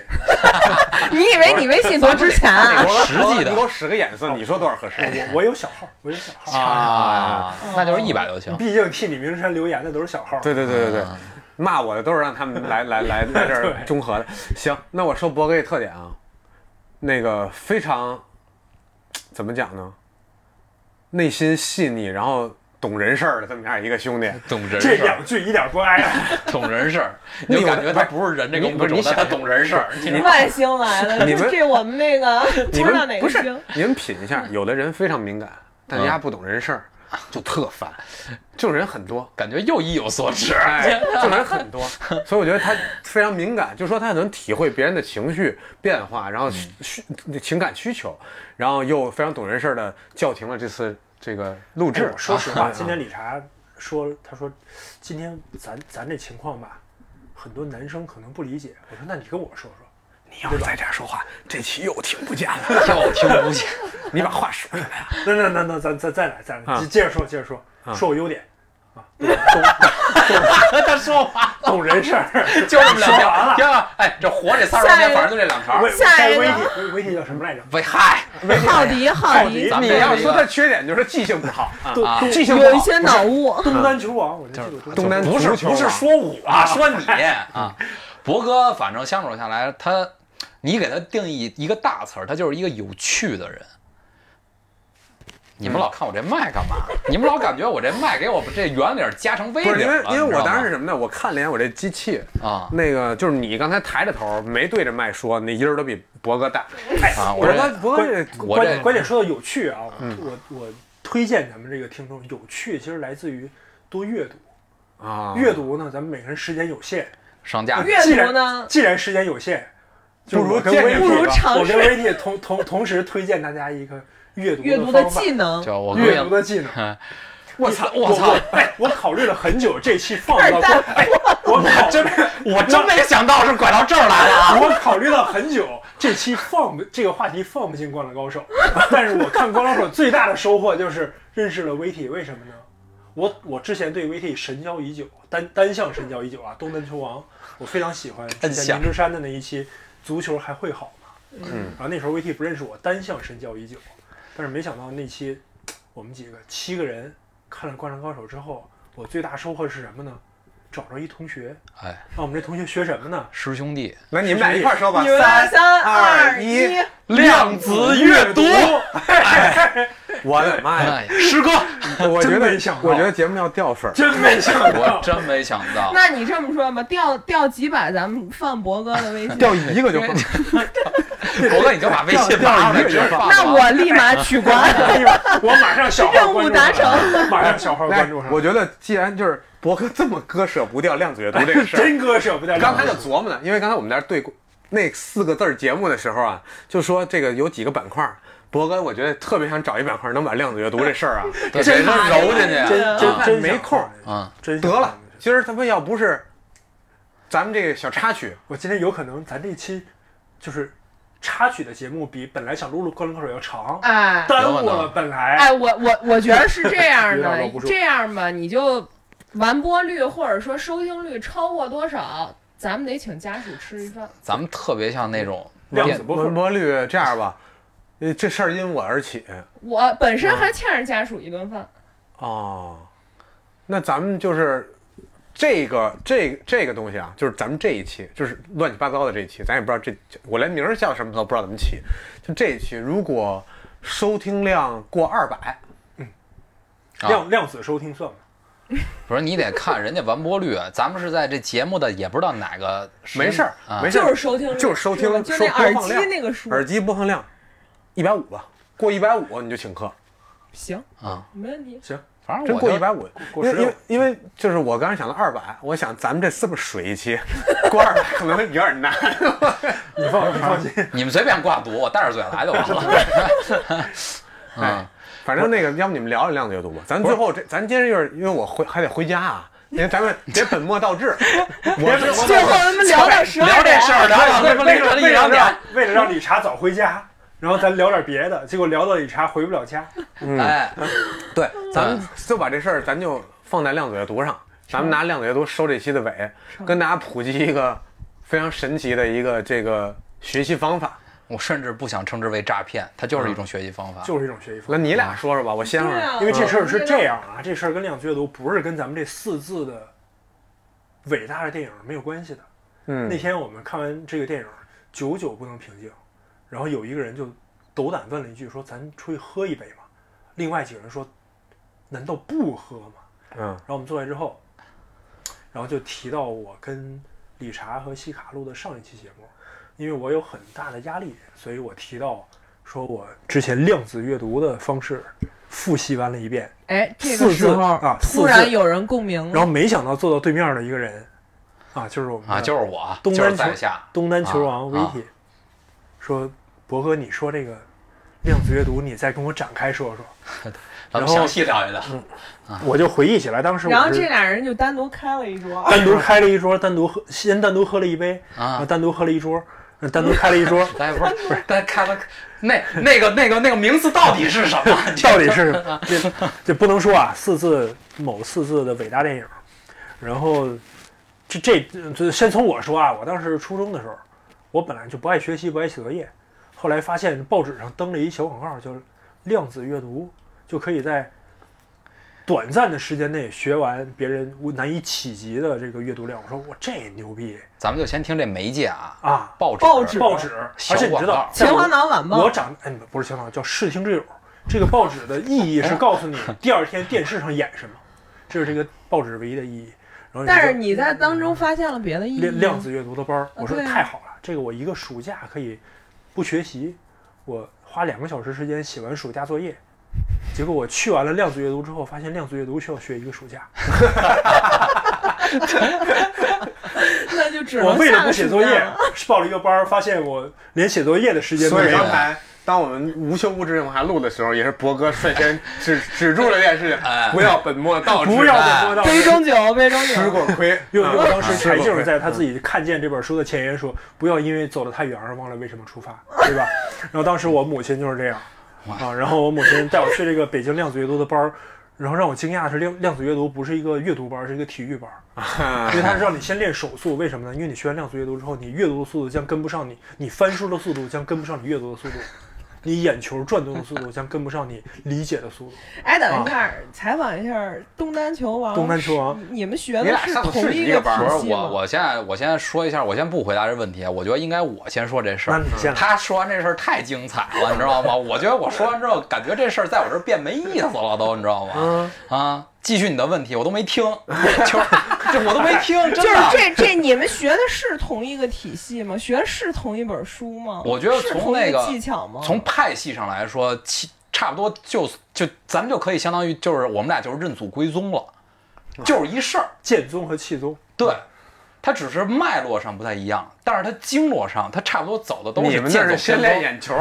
Speaker 4: 你以为你微信多值钱啊？
Speaker 1: 博哥
Speaker 3: 实际的
Speaker 1: 你给我使个眼色，你说多少合适？
Speaker 2: 我我有小号，我有小号，
Speaker 3: 啊，那就是一百就行。
Speaker 2: 毕竟替你名山留言的都是小号。
Speaker 1: 对对对对对，骂我的都是让他们 来来来来这儿
Speaker 2: 对
Speaker 1: 中和的。行，那我说博哥这特点啊，那个非常怎么讲呢？内心细腻，然后懂人事儿的这么样一个兄弟。
Speaker 3: 懂人
Speaker 2: 这
Speaker 3: 事儿
Speaker 2: 两，句一点不挨啊！
Speaker 3: 懂人 事儿，
Speaker 1: 你
Speaker 3: 你
Speaker 1: 有
Speaker 3: 就感觉他
Speaker 1: 不
Speaker 3: 不是人这个
Speaker 1: 你不是 你
Speaker 3: 物种，但他
Speaker 1: 想
Speaker 3: 懂人事儿。你知道吗
Speaker 4: 外星来的，
Speaker 1: 你们
Speaker 4: 这我们那个不
Speaker 1: 你
Speaker 4: 知道哪
Speaker 1: 们
Speaker 4: 个
Speaker 1: 不
Speaker 4: 星
Speaker 1: 是。你们品一下，有的人非常敏感，但人家不懂人事儿，就特烦。这种人很多，
Speaker 3: 感觉又意有所 指。
Speaker 1: 哎，这种人很多，所以我觉得他非常敏感，就是说他能体会别人的情绪变化，
Speaker 3: 嗯
Speaker 1: 然后需、情感需求，然后又非常懂人事儿的叫停了这次这个录
Speaker 3: 哎
Speaker 1: 制。啊
Speaker 2: 我说实话，今天理查说，他说今天咱咱这情况吧，很多男生可能不理解。我说那你跟我说说，
Speaker 1: 你要是再这样说话，这期又听不见了。
Speaker 3: 又听不见，
Speaker 1: 你把话说出来啊！
Speaker 2: 那那那那咱咱再来再来，
Speaker 1: 啊
Speaker 2: 接接着说接着说，说我优点啊，懂
Speaker 3: 他说话
Speaker 2: 懂人事 儿，
Speaker 3: 就这么两
Speaker 2: 说完
Speaker 3: 条
Speaker 2: 了。
Speaker 3: 听吧，哎，这活这仨中间，反正就这两条
Speaker 2: 微。
Speaker 4: 下一个
Speaker 2: 微体微微体叫什么来着？
Speaker 3: 喂嗨，
Speaker 4: 浩迪，浩迪，
Speaker 3: 咱们
Speaker 1: 你
Speaker 3: 这
Speaker 1: 要
Speaker 3: 是一
Speaker 1: 说
Speaker 3: 个
Speaker 1: 他缺点，就是记性不好啊，
Speaker 2: 东
Speaker 3: 啊
Speaker 2: 东
Speaker 1: 记性不
Speaker 4: 有一
Speaker 1: 好。
Speaker 4: 些脑雾。
Speaker 2: 东单球王，我这记得
Speaker 1: 东单
Speaker 3: 不是
Speaker 1: 足球
Speaker 3: 不是
Speaker 1: 王
Speaker 3: 说我啊，说你 啊，博哥，反正相处下来，他你给他定义一个大词儿，他就是一个有趣的人。你
Speaker 1: 嗯
Speaker 3: 们老看我这麦干嘛？ 你们老感觉我这麦给我们这圆里儿加成 V
Speaker 1: 不是
Speaker 3: 里
Speaker 1: 因为
Speaker 3: 儿了，
Speaker 1: 因为
Speaker 3: 你知
Speaker 1: 我
Speaker 3: 道
Speaker 1: 当时
Speaker 3: 吗
Speaker 1: 是什么呢？我看了一眼我这机器，
Speaker 3: 啊
Speaker 1: 那个就是你刚才抬着头没对着麦说，那音儿都比博哥大。
Speaker 3: 啊，我
Speaker 1: 博哥
Speaker 3: 这
Speaker 1: 博哥这
Speaker 3: 我
Speaker 2: 关
Speaker 3: 这嗯
Speaker 2: 键关键说到有趣啊，我我推荐咱们这个听众，有趣其实来自于多阅读。
Speaker 1: 啊，
Speaker 2: 阅读呢，咱们每个人时间有限，
Speaker 3: 上架
Speaker 4: 阅
Speaker 2: 既
Speaker 4: 读
Speaker 2: 然
Speaker 4: 呢？
Speaker 2: 既然时间有限，就
Speaker 1: 不如
Speaker 2: 我跟
Speaker 1: 见
Speaker 2: 威
Speaker 1: 见不
Speaker 4: 如尝试
Speaker 2: 我跟威力同同同时推荐大家一个阅读
Speaker 4: 阅读的
Speaker 2: 方法
Speaker 4: 技能，
Speaker 3: 就我
Speaker 2: 阅读的技能。
Speaker 3: 我操我操，
Speaker 2: 哎，我考虑了很久，这期放到
Speaker 4: 太
Speaker 2: 关，哎，我考
Speaker 3: 真我真没想到是拐到这儿来了 啊。
Speaker 2: 我考虑了很久，这期放不这个话题放不进《灌篮高手》， 但是我看《灌篮高手》最大的收获就是认识了 VT，为什么呢？我我之前对 VT 神交已久，单单向神交已久啊，东南球王，我非常喜欢之
Speaker 3: 单
Speaker 2: 前
Speaker 3: 向
Speaker 2: 明之山的那一期《足球还会好吗》，嗯，然后那时候 VT 不认识我，单向神交已久，但是没想到那期我们几个七个人看了《灌篮高手》之后，我最大收获是什么呢？找着一同学，啊
Speaker 3: 哎，
Speaker 2: 那我们这同学学什么呢？
Speaker 3: 师兄弟，
Speaker 1: 来你们俩一块儿说吧。
Speaker 4: 你们来三二
Speaker 1: 一，
Speaker 4: 一，
Speaker 3: 量子阅读，
Speaker 1: 我的妈呀！
Speaker 3: 哎，师哥，
Speaker 1: 我觉
Speaker 2: 真
Speaker 1: 得
Speaker 2: 没想到
Speaker 1: 我觉得节目要掉粉儿。
Speaker 2: 真没想
Speaker 3: 我
Speaker 2: 到，
Speaker 3: 真没想 到。
Speaker 4: 那你这么说吧，掉掉几百，咱们放博哥的微信。
Speaker 1: 掉一个就 放，
Speaker 3: 博哥，你就把微信发出来，直接发
Speaker 4: 那我立马取关。
Speaker 2: 我马上小号关注他
Speaker 4: 任
Speaker 2: 马上小号
Speaker 1: 来
Speaker 2: 关注上，
Speaker 1: 我觉得既然就是博哥这么割舍不掉量子阅 读这个事儿，
Speaker 2: 真割舍不得。
Speaker 1: 刚才就琢磨呢，因为刚才我们在这儿对过那四个字儿节目的时候啊，就说这个有几个板块儿，博哥我觉得特别想找一板块儿能把量子阅读这事 儿啊，
Speaker 3: 给人揉进去，
Speaker 2: 真真真
Speaker 1: 没空儿，
Speaker 3: 啊，
Speaker 2: 真
Speaker 1: 得了，今儿他们要不是咱们这个小插曲，
Speaker 2: 我今天有可能咱这期就是插曲的节目比本来想录录《灌篮高手》要长，
Speaker 4: 哎
Speaker 2: 耽误了本来。
Speaker 4: 哎，我我我觉得是这样
Speaker 2: 有点
Speaker 4: 的
Speaker 2: 搂不，住
Speaker 4: 这样吧，你就完播率或者说收听率超过多少，咱们得请家属吃一饭。
Speaker 3: 咱们特别像那种
Speaker 2: 量
Speaker 3: 电
Speaker 2: 子，播
Speaker 1: 文
Speaker 2: 客，
Speaker 1: 博率这样吧，呃这事儿因我而起
Speaker 4: 我本
Speaker 2: 啊
Speaker 4: 身还欠着家属一顿饭，
Speaker 1: 哦，那咱们就是。这个这个、这个东西啊，就是咱们这一期，就是乱七八糟的这一期，咱也不知道这我连名儿叫什么都不知道怎么起。就这一期，如果收听量过二百，
Speaker 3: 啊，
Speaker 2: 量量子收听算吗？
Speaker 3: 不是你得看人家完播率，啊咱们是在这节目的也不知道哪个时间
Speaker 1: 没事儿，
Speaker 3: 啊
Speaker 1: 没事
Speaker 4: 就
Speaker 1: 儿，
Speaker 4: 是收听率，
Speaker 1: 就是收听
Speaker 4: 吧就那
Speaker 1: 收
Speaker 4: 耳
Speaker 1: 播放
Speaker 4: 机
Speaker 1: 量
Speaker 4: 那个数，
Speaker 1: 耳机播放量一百五吧，过一百五你就请客。
Speaker 4: 行，
Speaker 3: 啊，
Speaker 4: 没问题。
Speaker 2: 行，
Speaker 3: 反正
Speaker 1: 真
Speaker 3: 我
Speaker 1: 过
Speaker 3: 就
Speaker 1: 一百五，因
Speaker 2: 过
Speaker 1: 为因
Speaker 2: 16
Speaker 1: 为因为就是我刚才想了二百，我想咱们这是不是水一期，过二百可能有点难。
Speaker 2: 你放心，你放心，
Speaker 3: 你们随便挂赌，我带着嘴来就完 了。嗯，
Speaker 1: 哎
Speaker 4: 啊
Speaker 1: 反正那个，要不你们聊聊量子阅读吧。咱最后这，咱今天就是因为我回还得回家啊，因为咱们别本末倒 置。我是
Speaker 4: 最后咱们聊到 十
Speaker 3: 聊
Speaker 4: 二
Speaker 3: 这
Speaker 4: 点，
Speaker 3: 事儿聊到他妈凌晨一两点，
Speaker 2: 为了让理查早回家，然后咱聊点别的，结果聊到理查回不了家，
Speaker 3: 哎，
Speaker 1: 对，咱们就把这事儿咱就放在量子阅读上，咱们拿量子阅读收这期的尾，跟大家普及一个非常神奇的一个这个学习方法。
Speaker 3: 我甚至不想称之为诈骗，它就是一种学习方法。
Speaker 2: 就是一种学习方法。
Speaker 1: 那你俩说说吧，我先会
Speaker 4: 对
Speaker 1: 儿。
Speaker 4: 啊
Speaker 2: 因为这事儿是这样啊，这事儿跟量子阅读不是跟咱们这四字的伟大的电影没有关系的。那
Speaker 1: 嗯，
Speaker 2: 天我们看完这个电影，久久不能平静，然后有一个人就斗胆问了一句说：“咱出去喝一杯吧。”另外几个人说：“难道不喝吗？”
Speaker 1: 嗯，
Speaker 2: 然后我们坐下之后，然后就提到我跟理查和西卡录的上一期节目，因为我有很大的压力，所以我提到说我之前量子阅读的方式复习完了一遍，
Speaker 4: 哎，这个
Speaker 2: 四
Speaker 4: 时
Speaker 2: 字
Speaker 4: 候
Speaker 2: 啊，四
Speaker 4: 突然
Speaker 2: 字，
Speaker 4: 有人共鸣
Speaker 2: 然后
Speaker 4: 了，
Speaker 2: 没想到坐到对面的一个人，啊，就是我们的
Speaker 3: 啊，就是我，
Speaker 2: 东
Speaker 3: 就是
Speaker 2: 单球
Speaker 3: 在下，
Speaker 2: 东单球王
Speaker 3: 啊
Speaker 2: Vicky、说：“博哥，你说这个量子阅读，你再跟我展开说说。
Speaker 3: 咱
Speaker 2: 然
Speaker 3: 们
Speaker 2: 后
Speaker 3: 详细聊一聊。啊
Speaker 2: 我就回忆起来，当时
Speaker 4: 然后
Speaker 2: 我
Speaker 4: 这
Speaker 2: 是哎
Speaker 4: 俩人就单独开了一桌，
Speaker 2: 单独开了一桌，单独喝，先单独喝了一杯，
Speaker 3: 啊
Speaker 2: 然后单独喝了一桌，呃单独开了一桌，
Speaker 3: 哎，不是不是，咱看了那那个那个那个名词到底是什么？
Speaker 2: 到底是这这不能说啊，四字某四字的伟大电影。然后这这这先从我说啊，我当时初中的时候，我本来就不爱学习，不爱写作业，后来发现报纸上登了一小广告，就是量子阅读，就可以在短暂的时间内学完别人难以企及的这个阅读量。我说我这牛逼
Speaker 3: 咱们就先听这媒介啊，
Speaker 2: 啊！
Speaker 3: 报纸，
Speaker 4: 报纸
Speaker 2: 报纸，
Speaker 3: 小
Speaker 2: 而且你知
Speaker 3: 广
Speaker 2: 道
Speaker 3: 告，
Speaker 2: 在
Speaker 4: 秦
Speaker 2: 我
Speaker 4: 皇岛晚报
Speaker 2: 我，长哎不是前方，叫《视听之友》。这个报纸的意义
Speaker 4: 哎
Speaker 2: 是告诉你第二天电视上演什么，这是这个报纸唯一的意义。然后
Speaker 4: 但是
Speaker 2: 就
Speaker 4: 你在当中发现了别的意义吗
Speaker 2: 量，量子阅读的班儿，我说
Speaker 4: 对啊
Speaker 2: 太好了，这个我一个暑假可以不学习，我花两个小时时间写完暑假作业。结果我去完了量子阅读之后，发现量子阅读需要学一个暑假。
Speaker 4: 那就只能
Speaker 2: 我为了
Speaker 4: 下
Speaker 2: 不
Speaker 4: 个
Speaker 2: 写
Speaker 4: 暑
Speaker 2: 作业
Speaker 4: 假了，
Speaker 2: 报了一个班儿，发现我连写作业的时间都
Speaker 1: 所以啊
Speaker 2: 没有
Speaker 1: 刚。才当我们无休无止地往下录的时候，也是博哥率 先指指住了这件事
Speaker 3: 哎
Speaker 1: 情，不要本末倒置，啊
Speaker 2: 不要再说到
Speaker 4: 杯中
Speaker 2: 啊
Speaker 4: 酒，杯中
Speaker 1: 吃
Speaker 4: 酒，
Speaker 1: 过亏。
Speaker 2: 用用
Speaker 1: 啊
Speaker 2: 当时柴静
Speaker 1: 吃过亏
Speaker 2: 在他自己看见这本书的前言说：“不要因为走得太远而忘了为什么出发，对吧？”然后当时我母亲就是这样啊，然后我母亲带我去这个北京量子阅读的班儿，然后让我惊讶的是量量子阅读不是一个阅读班儿，是一个体育班儿，因为它是让你先练手速，为什么呢？因为你学完量子阅读之后，你阅读的速度将跟不上你，你翻书的速度将跟不上你阅读的速度。你眼球转动的速度将跟不上你理解的速度。
Speaker 4: 哎，等一下，采访一下东单球王，
Speaker 2: 啊东单球王，
Speaker 4: 你们学
Speaker 1: 你
Speaker 4: 的
Speaker 1: 俩上的
Speaker 4: 同
Speaker 1: 是一
Speaker 4: 个
Speaker 1: 个班儿
Speaker 4: 体
Speaker 3: 不
Speaker 4: 系
Speaker 3: 是
Speaker 4: 吗？
Speaker 3: 我，我现在我现在说一下，我先不回答这问题，啊我觉得应该我先说这事
Speaker 2: 那
Speaker 3: 儿
Speaker 2: 你。先来，
Speaker 3: 他说完这事儿太精彩了，你知道吗？我觉得我说完之后，感觉这事儿在我这儿变没意思了，都你知道吗？
Speaker 2: 嗯，
Speaker 3: 啊，继续你的问题，我都没听， 就是这我都没听， 真的。
Speaker 4: 就是这这，你们学的是同一个体系吗？学的是同一本书吗？
Speaker 3: 我觉得
Speaker 4: 是
Speaker 3: 从
Speaker 4: 同一
Speaker 3: 那个
Speaker 4: 技巧吗？
Speaker 3: 从派系上来说，其差不多就就咱们就可以相当于就是我们俩就是认祖归宗了，就是一事儿。
Speaker 2: 剑宗和气宗，
Speaker 3: 对，它只是脉络上不太一样，但是它经络上，它差不多走的都
Speaker 1: 你
Speaker 3: 是
Speaker 1: 们
Speaker 3: 剑
Speaker 1: 那
Speaker 3: 走
Speaker 1: 是先
Speaker 3: 偏
Speaker 1: 练
Speaker 3: 锋。
Speaker 1: 眼球，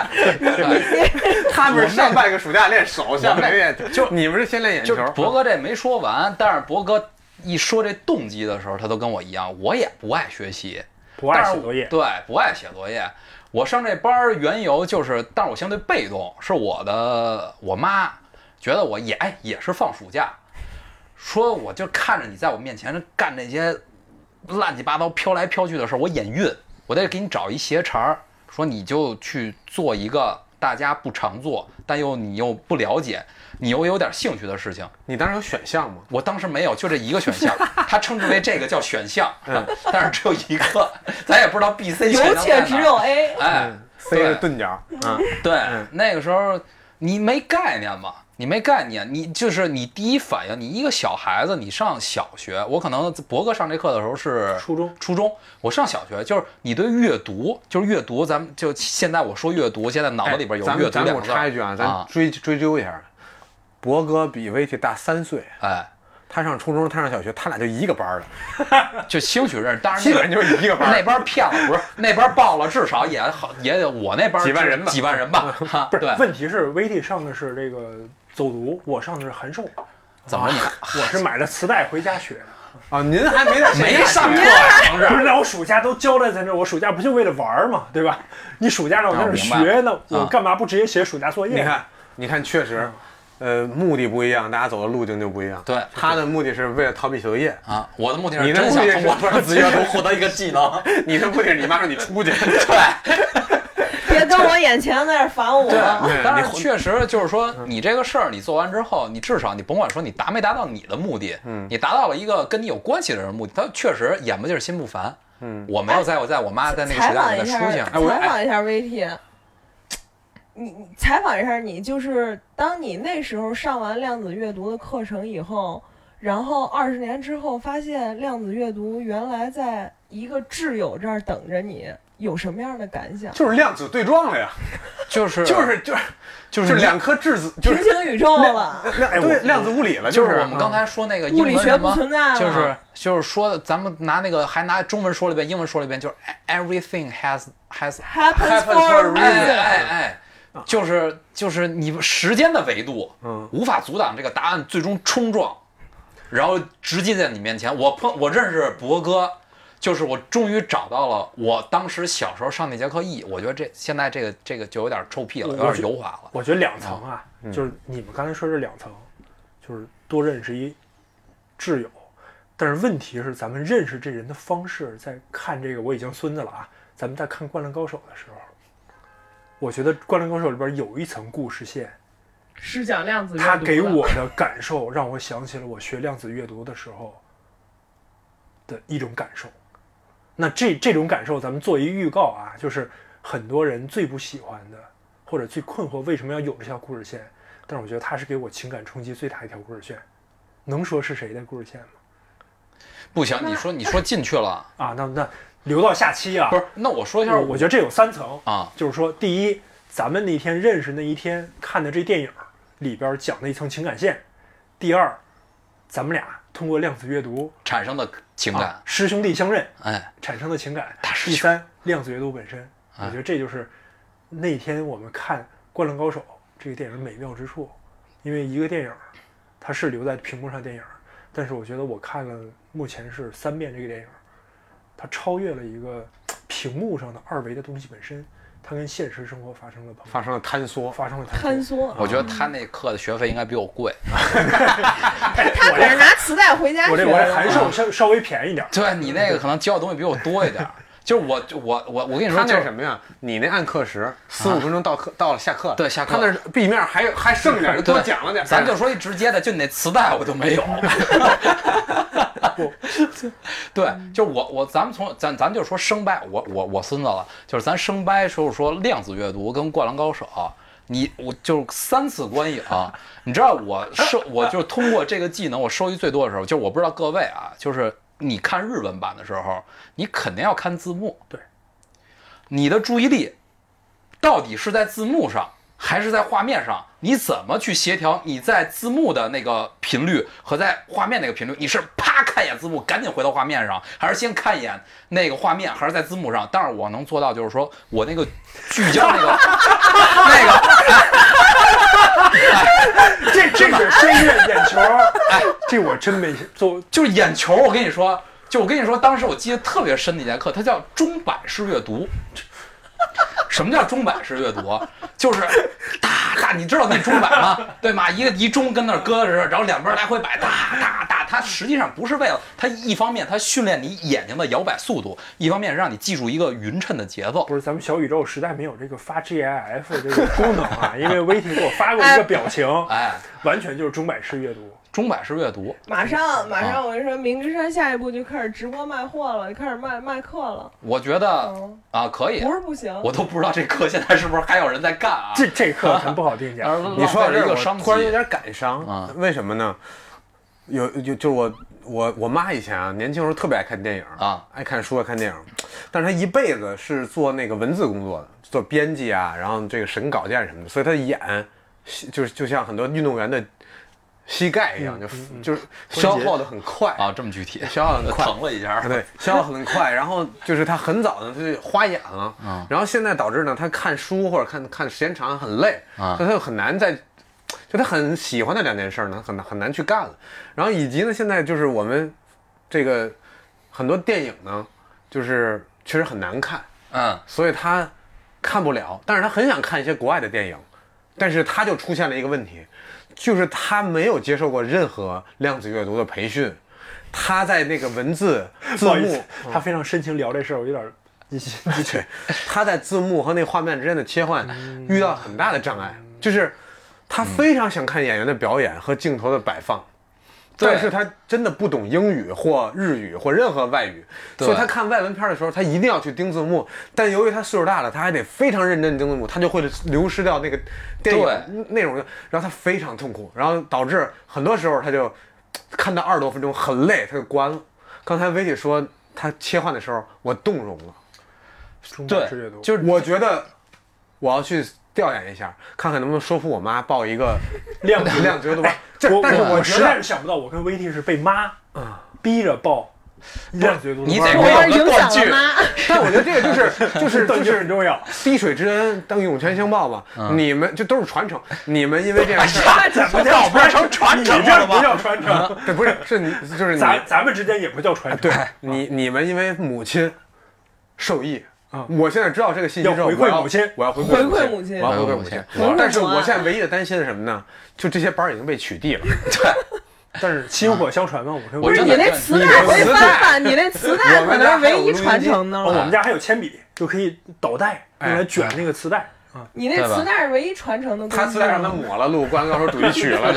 Speaker 3: 哎
Speaker 1: 他们是上半个暑假练手，下半个练就你们是先练眼
Speaker 3: 就是
Speaker 1: 球。啊
Speaker 3: 博哥这没说完，但是博哥一说这动机的时候，他都跟我一样，我也不爱学习，
Speaker 2: 不爱写作业。
Speaker 3: 对，不爱写作业。我上这班儿缘由就是，但是我相对被动，是我的我妈觉得我也哎也是放暑假，说我就看着你在我面前干那些乱七八糟飘来飘去的事儿，我眼晕，我得给你找一斜茬儿，说你就去做一个大家不常做，但又你又不了解，你又有点兴趣的事情。
Speaker 1: 你当时有选项吗？
Speaker 3: 我当时没有，就这一个选 项，他称之为这个叫选项，
Speaker 1: 嗯
Speaker 3: 但是只有一个，咱也不知道 B、C 选项
Speaker 4: 有
Speaker 3: 在
Speaker 4: 且
Speaker 3: 哪儿
Speaker 4: 只有 A，
Speaker 3: 哎，
Speaker 1: 塞着
Speaker 3: 对
Speaker 1: 钝角，嗯，
Speaker 3: 对，那个时候你没概念嘛，你没概念，你就是你第一反应，你一个小孩子，你上小学，我可能博哥上这课的时候是
Speaker 2: 初中
Speaker 3: 初中，我上小学就是你对阅读，就是阅读，咱们
Speaker 1: 哎
Speaker 3: 就现在我说阅读，现在脑子里边有
Speaker 1: 咱们
Speaker 3: 阅读
Speaker 1: 咱们
Speaker 3: 两啊
Speaker 1: 我
Speaker 3: 个字
Speaker 1: 插
Speaker 3: 儿
Speaker 1: 一句啊，咱
Speaker 3: 啊
Speaker 1: 追追究一下，博哥比威奇大三岁，
Speaker 3: 哎，
Speaker 1: 他上初中，他上小学，他俩就一个班儿的，
Speaker 3: 就兴许认识，当然
Speaker 1: 基本就是一个班
Speaker 3: 那
Speaker 1: 儿。
Speaker 3: 边骗了，不是那边报了，至少也好也得我那边
Speaker 1: 几万人吧
Speaker 3: 几万 人吧，哈
Speaker 2: 不是
Speaker 3: 对，，
Speaker 2: 问题是 VT 上的是这个走读，我上的是函授，
Speaker 3: 怎么你
Speaker 2: 我是买了磁带回家学的。
Speaker 1: 啊，您还没在谁
Speaker 3: 没
Speaker 1: 家
Speaker 3: 上课
Speaker 1: 学
Speaker 3: 呀，同志
Speaker 2: 不？是，那我暑假都交代在那儿，我暑假不就为了玩儿嘛，对吧？你暑假让我在那儿
Speaker 3: 啊我明
Speaker 2: 学呢，
Speaker 3: 啊
Speaker 2: 我干嘛不直接写暑假作业？
Speaker 1: 你看，你看，确实，呃，目的不一样，大家走的路径就不一样。
Speaker 3: 对
Speaker 1: 他的目的是为了逃避学业，
Speaker 3: 啊，我的目的
Speaker 1: 你
Speaker 3: 是
Speaker 1: 的
Speaker 3: 真
Speaker 1: 目
Speaker 3: 想
Speaker 1: 的
Speaker 3: 通
Speaker 1: 是
Speaker 3: 过这个资源中获得一个技能，
Speaker 1: 你的目的是你妈让你出 去。
Speaker 5: 别跟我眼前在这烦我。
Speaker 1: 对
Speaker 3: 啊但
Speaker 1: 你
Speaker 3: 是确实就是说，你这个事儿你做完之后，你至少你甭管说你达没达到你的目的，
Speaker 1: 嗯
Speaker 3: 你达到了一个跟你有关系的人的目的，他确实眼不见心不烦。
Speaker 1: 嗯，
Speaker 3: 我没有在我在我妈在那个
Speaker 5: 采
Speaker 3: 时代
Speaker 5: 访
Speaker 3: 里
Speaker 5: 一
Speaker 3: 的
Speaker 5: 下，
Speaker 3: 书信，
Speaker 1: 哎我
Speaker 5: 采访一下 VT，你你采访一下你，就是当你那时候上完量子阅读的课程以后，然后二十年之后发现量子阅读原来在一个挚友这儿等着你，有什么样的感想？
Speaker 1: 就是量子对撞了呀，
Speaker 3: 就是
Speaker 1: 就是就是
Speaker 3: 就是
Speaker 1: 就
Speaker 3: 你
Speaker 1: 两颗质子，就
Speaker 5: 平
Speaker 1: 是
Speaker 5: 行宇宙了，
Speaker 1: 量对量子物理了，
Speaker 3: 就是
Speaker 1: 是啊
Speaker 3: 我们刚才说那个英
Speaker 5: 物
Speaker 3: 文
Speaker 5: 理学
Speaker 3: 什
Speaker 5: 不
Speaker 3: 么，
Speaker 5: 存在了，
Speaker 3: 就是就是说咱们拿那个还拿中文说了一遍，英文说了一遍，就是 everything has has
Speaker 5: happens
Speaker 1: happens for a
Speaker 5: for a
Speaker 3: 哎
Speaker 5: reason。
Speaker 3: 哎
Speaker 2: 啊
Speaker 3: 哎，就是就是你时间的维度，
Speaker 1: 嗯，
Speaker 3: 无法阻挡这个答案最终冲撞，然后直接在你面前。我碰我认识博哥，就是我终于找到了我当时小时候上那节课意义。我觉得这现在这个这个就有点臭屁了，
Speaker 2: 我
Speaker 3: 有点油滑了。
Speaker 2: 我觉得两层啊，就是你们刚才说这两层，就是多认识一挚友，但是问题是咱们认识这人的方式，在看这个我已经孙子了啊，咱们在看《灌篮高手》的时候，我觉得《灌篮高手》里边有一层故事线，
Speaker 4: 是讲量子阅读
Speaker 2: 他
Speaker 4: 的
Speaker 2: 给我的感受让我想起了我学量子阅读的时候的一种感受。那这这种感受，咱们做一预告啊，就是很多人最不喜欢的，或者最困惑为什么要有这条故事线，但是我觉得它是给我情感冲击最大一条故事线。能说是谁的故事线吗？
Speaker 3: 不行，你说你说进去了，
Speaker 2: 啊，那那留到下期啊。
Speaker 3: 不是？那我说一下
Speaker 2: 我我觉得这有三层，
Speaker 3: 啊，
Speaker 2: 就是说，第一，咱们那天认识那一天看的这电影里边讲的一层情感线；第二，咱们俩通过量子阅读
Speaker 3: 产生的情
Speaker 2: 啊
Speaker 3: 感，，
Speaker 2: 师兄弟相认
Speaker 3: 哎，
Speaker 2: 产生的情感；
Speaker 3: 大师
Speaker 2: 第
Speaker 3: 兄
Speaker 2: 三，量子阅读本身。我
Speaker 3: 哎
Speaker 2: 觉得这就是那天我们看《灌篮高手》这个电影美妙之处，因为一个电影它是留在屏幕上的电影，但是我觉得我看了目前是三遍这个电影，它超越了一个屏幕上的二维的东西本身，它跟现实生活发生了碰
Speaker 1: 发生了坍缩，
Speaker 2: 发生了谈
Speaker 5: 坍缩，
Speaker 3: 我觉
Speaker 1: 啊
Speaker 3: 得他那课的学费应该比我贵。
Speaker 5: 他可是拿磁带回家
Speaker 2: 我
Speaker 5: 学
Speaker 2: 这我这
Speaker 5: 的。
Speaker 2: 函授稍稍微便宜点儿，
Speaker 3: 对你那个可能教的东西比我多一点儿，就是我我我我跟你说，
Speaker 1: 他那
Speaker 3: 就是啊
Speaker 1: 是什么呀？你那按课时，四五分钟到课到了下课，
Speaker 3: 对下课
Speaker 1: 他那是 B 面还有还剩 点儿，多讲了点儿。
Speaker 3: 咱就说一直接的，就你那磁带我就没有。 对，就是我我咱们从咱咱就说生掰，我我我孙子了，就是咱生掰时候说量子阅读跟《灌篮高手》，你我就是三次观影、你知道我收我就通过这个技能我收益最多的时候，就是我不知道各位啊，就是你看日文版的时候，你肯定要看字幕，
Speaker 2: 对，
Speaker 3: 你的注意力到底是在字幕上还是在画面上？你怎么去协调你在字幕的那个频率和在画面那个频率？你是啪看一眼字幕，赶紧回到画面上，还是先看一眼那个画面，还是在字幕上？但是我能做到，就是说我那个聚焦那个 那个，
Speaker 2: 这这个深入眼球，哎，这我真没做
Speaker 3: 就是眼球。我跟你说，就我跟你说，当时我记得特别深的一节课，它叫钟摆式阅读。什么叫钟摆式阅读？就是哒哒，你知道那钟摆吗？对吗？一个一钟跟那儿搁着，然后两边来回摆，哒哒哒。它实际上不是为了它，一方面它训练你眼睛的摇摆速度，一方面让你记住一个匀称的节奏。
Speaker 2: 不是，咱们小宇宙实在没有这个发 GIF 这个功能啊，因为 VT 给我发过一个表情，
Speaker 3: 哎，
Speaker 2: 完全就是钟摆式阅读。
Speaker 3: 钟摆式阅读，
Speaker 5: 马上马上，我跟你说，明之山下一步就开始直播卖货了，就开始卖卖课了。
Speaker 3: 我觉得
Speaker 5: 嗯，
Speaker 3: 啊可以
Speaker 5: 不，是不行，
Speaker 3: 我都不知道这课现在是不是还有人在干啊？
Speaker 2: 这这课咱不好 定价，
Speaker 3: 你
Speaker 1: 你说到这
Speaker 3: 一
Speaker 1: 儿，
Speaker 3: 个
Speaker 1: 我
Speaker 3: 商
Speaker 1: 突然
Speaker 3: 机
Speaker 1: 有点感伤
Speaker 3: 啊
Speaker 1: 为什么呢？有有就是我我我妈以前啊，年轻时候特别爱看电影
Speaker 3: 啊，
Speaker 1: 爱看书爱看电影，但是她一辈子是做那个文字工作的，做编辑啊，然后这个审稿件什么的，所以她的眼就是就像很多运动员的膝盖一样，就
Speaker 2: 嗯嗯嗯
Speaker 1: 就是消耗的很快
Speaker 3: 啊，这么具体，
Speaker 1: 消耗得很快，
Speaker 3: 疼了一下，
Speaker 1: 对，消耗很快。然后就是他很早呢，他就花眼了，
Speaker 3: 嗯
Speaker 1: 然后现在导致呢，他看书或者看看时间长很累，
Speaker 3: 啊
Speaker 1: 所以他就很难再，就他很喜欢的两件事呢，很很难去干了。然后以及呢，现在就是我们这个很多电影呢，就是确实很难看，
Speaker 3: 嗯，
Speaker 1: 所以他看不了，但是他很想看一些国外的电影，但是他就出现了一个问题，就是他没有接受过任何量子阅读的培训，他在那个文字字
Speaker 2: 不好意
Speaker 1: 幕
Speaker 2: 思，，他非常深情聊这事儿，我有点儿一些一些
Speaker 1: 他在字幕和那画面之间的切换遇到很大的障碍，就是他非常想看演员的表演和镜头的摆放。
Speaker 3: 对
Speaker 1: 但是他真的不懂英语或日语或任何外语，
Speaker 3: 对
Speaker 1: 所以他看外文片的时候，他一定要去盯字幕。但由于他岁数大了，他还得非常认真地盯字幕，他就会流失掉那个电影内容，然后他非常痛苦，然后导致很多时候他就看到二十多分钟很累，他就关了。刚才薇姐说他切换的时候，我动容了。
Speaker 2: 中国
Speaker 3: 对
Speaker 2: 式阅读，，
Speaker 3: 就是
Speaker 1: 我觉得我要去调研一下，看看能不能说服我妈报一个
Speaker 2: 量子
Speaker 1: 量子阅读班。这
Speaker 2: 我
Speaker 1: 但是
Speaker 2: 我
Speaker 1: 我觉
Speaker 2: 实在
Speaker 1: 得
Speaker 2: 是啊想不到，我跟 VT 是被妈逼着报量子阅读的
Speaker 3: 你
Speaker 2: 班
Speaker 3: 得
Speaker 2: 儿
Speaker 3: 会
Speaker 4: 我
Speaker 3: 有
Speaker 4: 影
Speaker 3: 个断
Speaker 4: 响
Speaker 3: 句
Speaker 4: 了，妈，
Speaker 1: 但我觉得这个就是就是
Speaker 2: 断
Speaker 1: 就
Speaker 2: 句很
Speaker 1: 是
Speaker 2: 重要。
Speaker 1: 滴水之恩当涌泉相报嘛。
Speaker 2: 嗯
Speaker 1: 你们这都是传承，你们因为 这
Speaker 2: 哎
Speaker 1: 件事儿，
Speaker 2: 那怎么
Speaker 3: 叫不是成传承
Speaker 2: 你这
Speaker 3: 了
Speaker 2: 不
Speaker 3: 吗？
Speaker 2: 叫传承，
Speaker 1: 啊对，不是是你就是你
Speaker 2: 咱哎咱们之间也不叫传承。
Speaker 1: 对你你们因为母亲受益。
Speaker 2: 啊
Speaker 1: 我现在知道这个信息
Speaker 2: 要
Speaker 1: 之后，
Speaker 2: 回馈
Speaker 1: 我要
Speaker 2: 母亲
Speaker 1: 我要回
Speaker 5: 回
Speaker 1: 馈
Speaker 5: 馈
Speaker 1: 母
Speaker 5: 母亲
Speaker 1: 我要回馈
Speaker 3: 回馈母
Speaker 1: 母亲
Speaker 3: 亲。
Speaker 5: 回馈
Speaker 1: 但是
Speaker 5: 母
Speaker 1: 我
Speaker 5: 爱
Speaker 1: 现在唯一的担心是什么呢？就这些班儿已经被取缔了。
Speaker 2: 但是薪火相传嘛，我跟
Speaker 3: 我
Speaker 5: 不是
Speaker 3: 真
Speaker 5: 你
Speaker 3: 的
Speaker 5: 那
Speaker 3: 看
Speaker 5: 磁
Speaker 1: 你
Speaker 5: 带
Speaker 1: 这
Speaker 5: 回
Speaker 1: 磁带
Speaker 5: 翻吧，你那磁带
Speaker 1: 我
Speaker 5: 可
Speaker 1: 们家
Speaker 5: 能是
Speaker 1: 还
Speaker 5: 唯
Speaker 1: 有
Speaker 5: 一
Speaker 1: 录音
Speaker 5: 传
Speaker 1: 机
Speaker 5: 承的
Speaker 2: 哦，我
Speaker 5: 了。
Speaker 2: 们家还有铅笔，就可以导带
Speaker 1: 哎
Speaker 2: 用来卷那个磁带。
Speaker 5: 你那
Speaker 3: 对吧
Speaker 5: 磁带是唯一传承的东西。
Speaker 1: 他磁带让他抹了录《灌篮高手》主题曲了。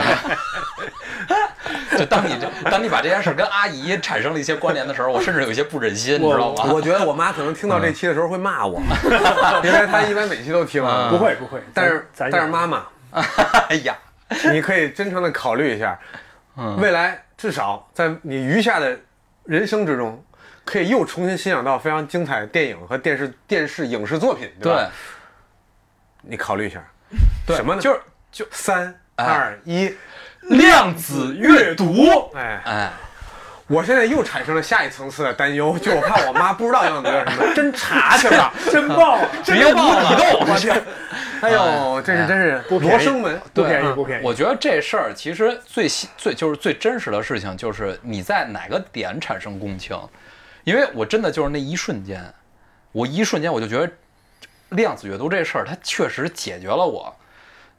Speaker 3: 就当你这当你把这件事跟阿姨产生了一些关联的时候，我甚至有一些不忍心，你知道吗？
Speaker 1: 我觉得我妈可能听到这期的时候会骂我，因为她一般每期都听啊。
Speaker 2: 不会不会，
Speaker 1: 但是
Speaker 2: 咱
Speaker 1: 但
Speaker 2: 咱
Speaker 1: 是妈妈，
Speaker 3: 哎呀，
Speaker 1: 你可以真诚的考虑一下，
Speaker 3: 嗯，
Speaker 1: 未来至少在你余下的人生之中，可以又重新欣赏到非常精彩的电影和电视电视影视作品，对
Speaker 3: 对
Speaker 1: 吧？，你考虑一下，
Speaker 3: 对
Speaker 1: 什么呢？
Speaker 3: 就是
Speaker 1: 就三
Speaker 3: 哎
Speaker 1: 二一，
Speaker 3: 量子阅读，
Speaker 1: 哎，
Speaker 3: 哎，
Speaker 1: 我现在又产生了下一层次的担忧， 就我怕我妈不知道要读什么，真查去 了。
Speaker 2: 真爆 啊！
Speaker 3: 别无底洞，
Speaker 1: 我天！哎呦，这
Speaker 3: 哎
Speaker 1: 是
Speaker 3: 呀
Speaker 1: 真是
Speaker 2: 不便宜
Speaker 1: 罗生门，
Speaker 2: 不
Speaker 3: 对
Speaker 2: 便宜
Speaker 1: 嗯
Speaker 2: 不便宜。
Speaker 3: 我觉得这事儿其实最新最就是最真实的事情，就是你在哪个点产生共情，因为我真的就是那一瞬间，我一瞬间我就觉得量子阅读这事儿，它确实解决了我。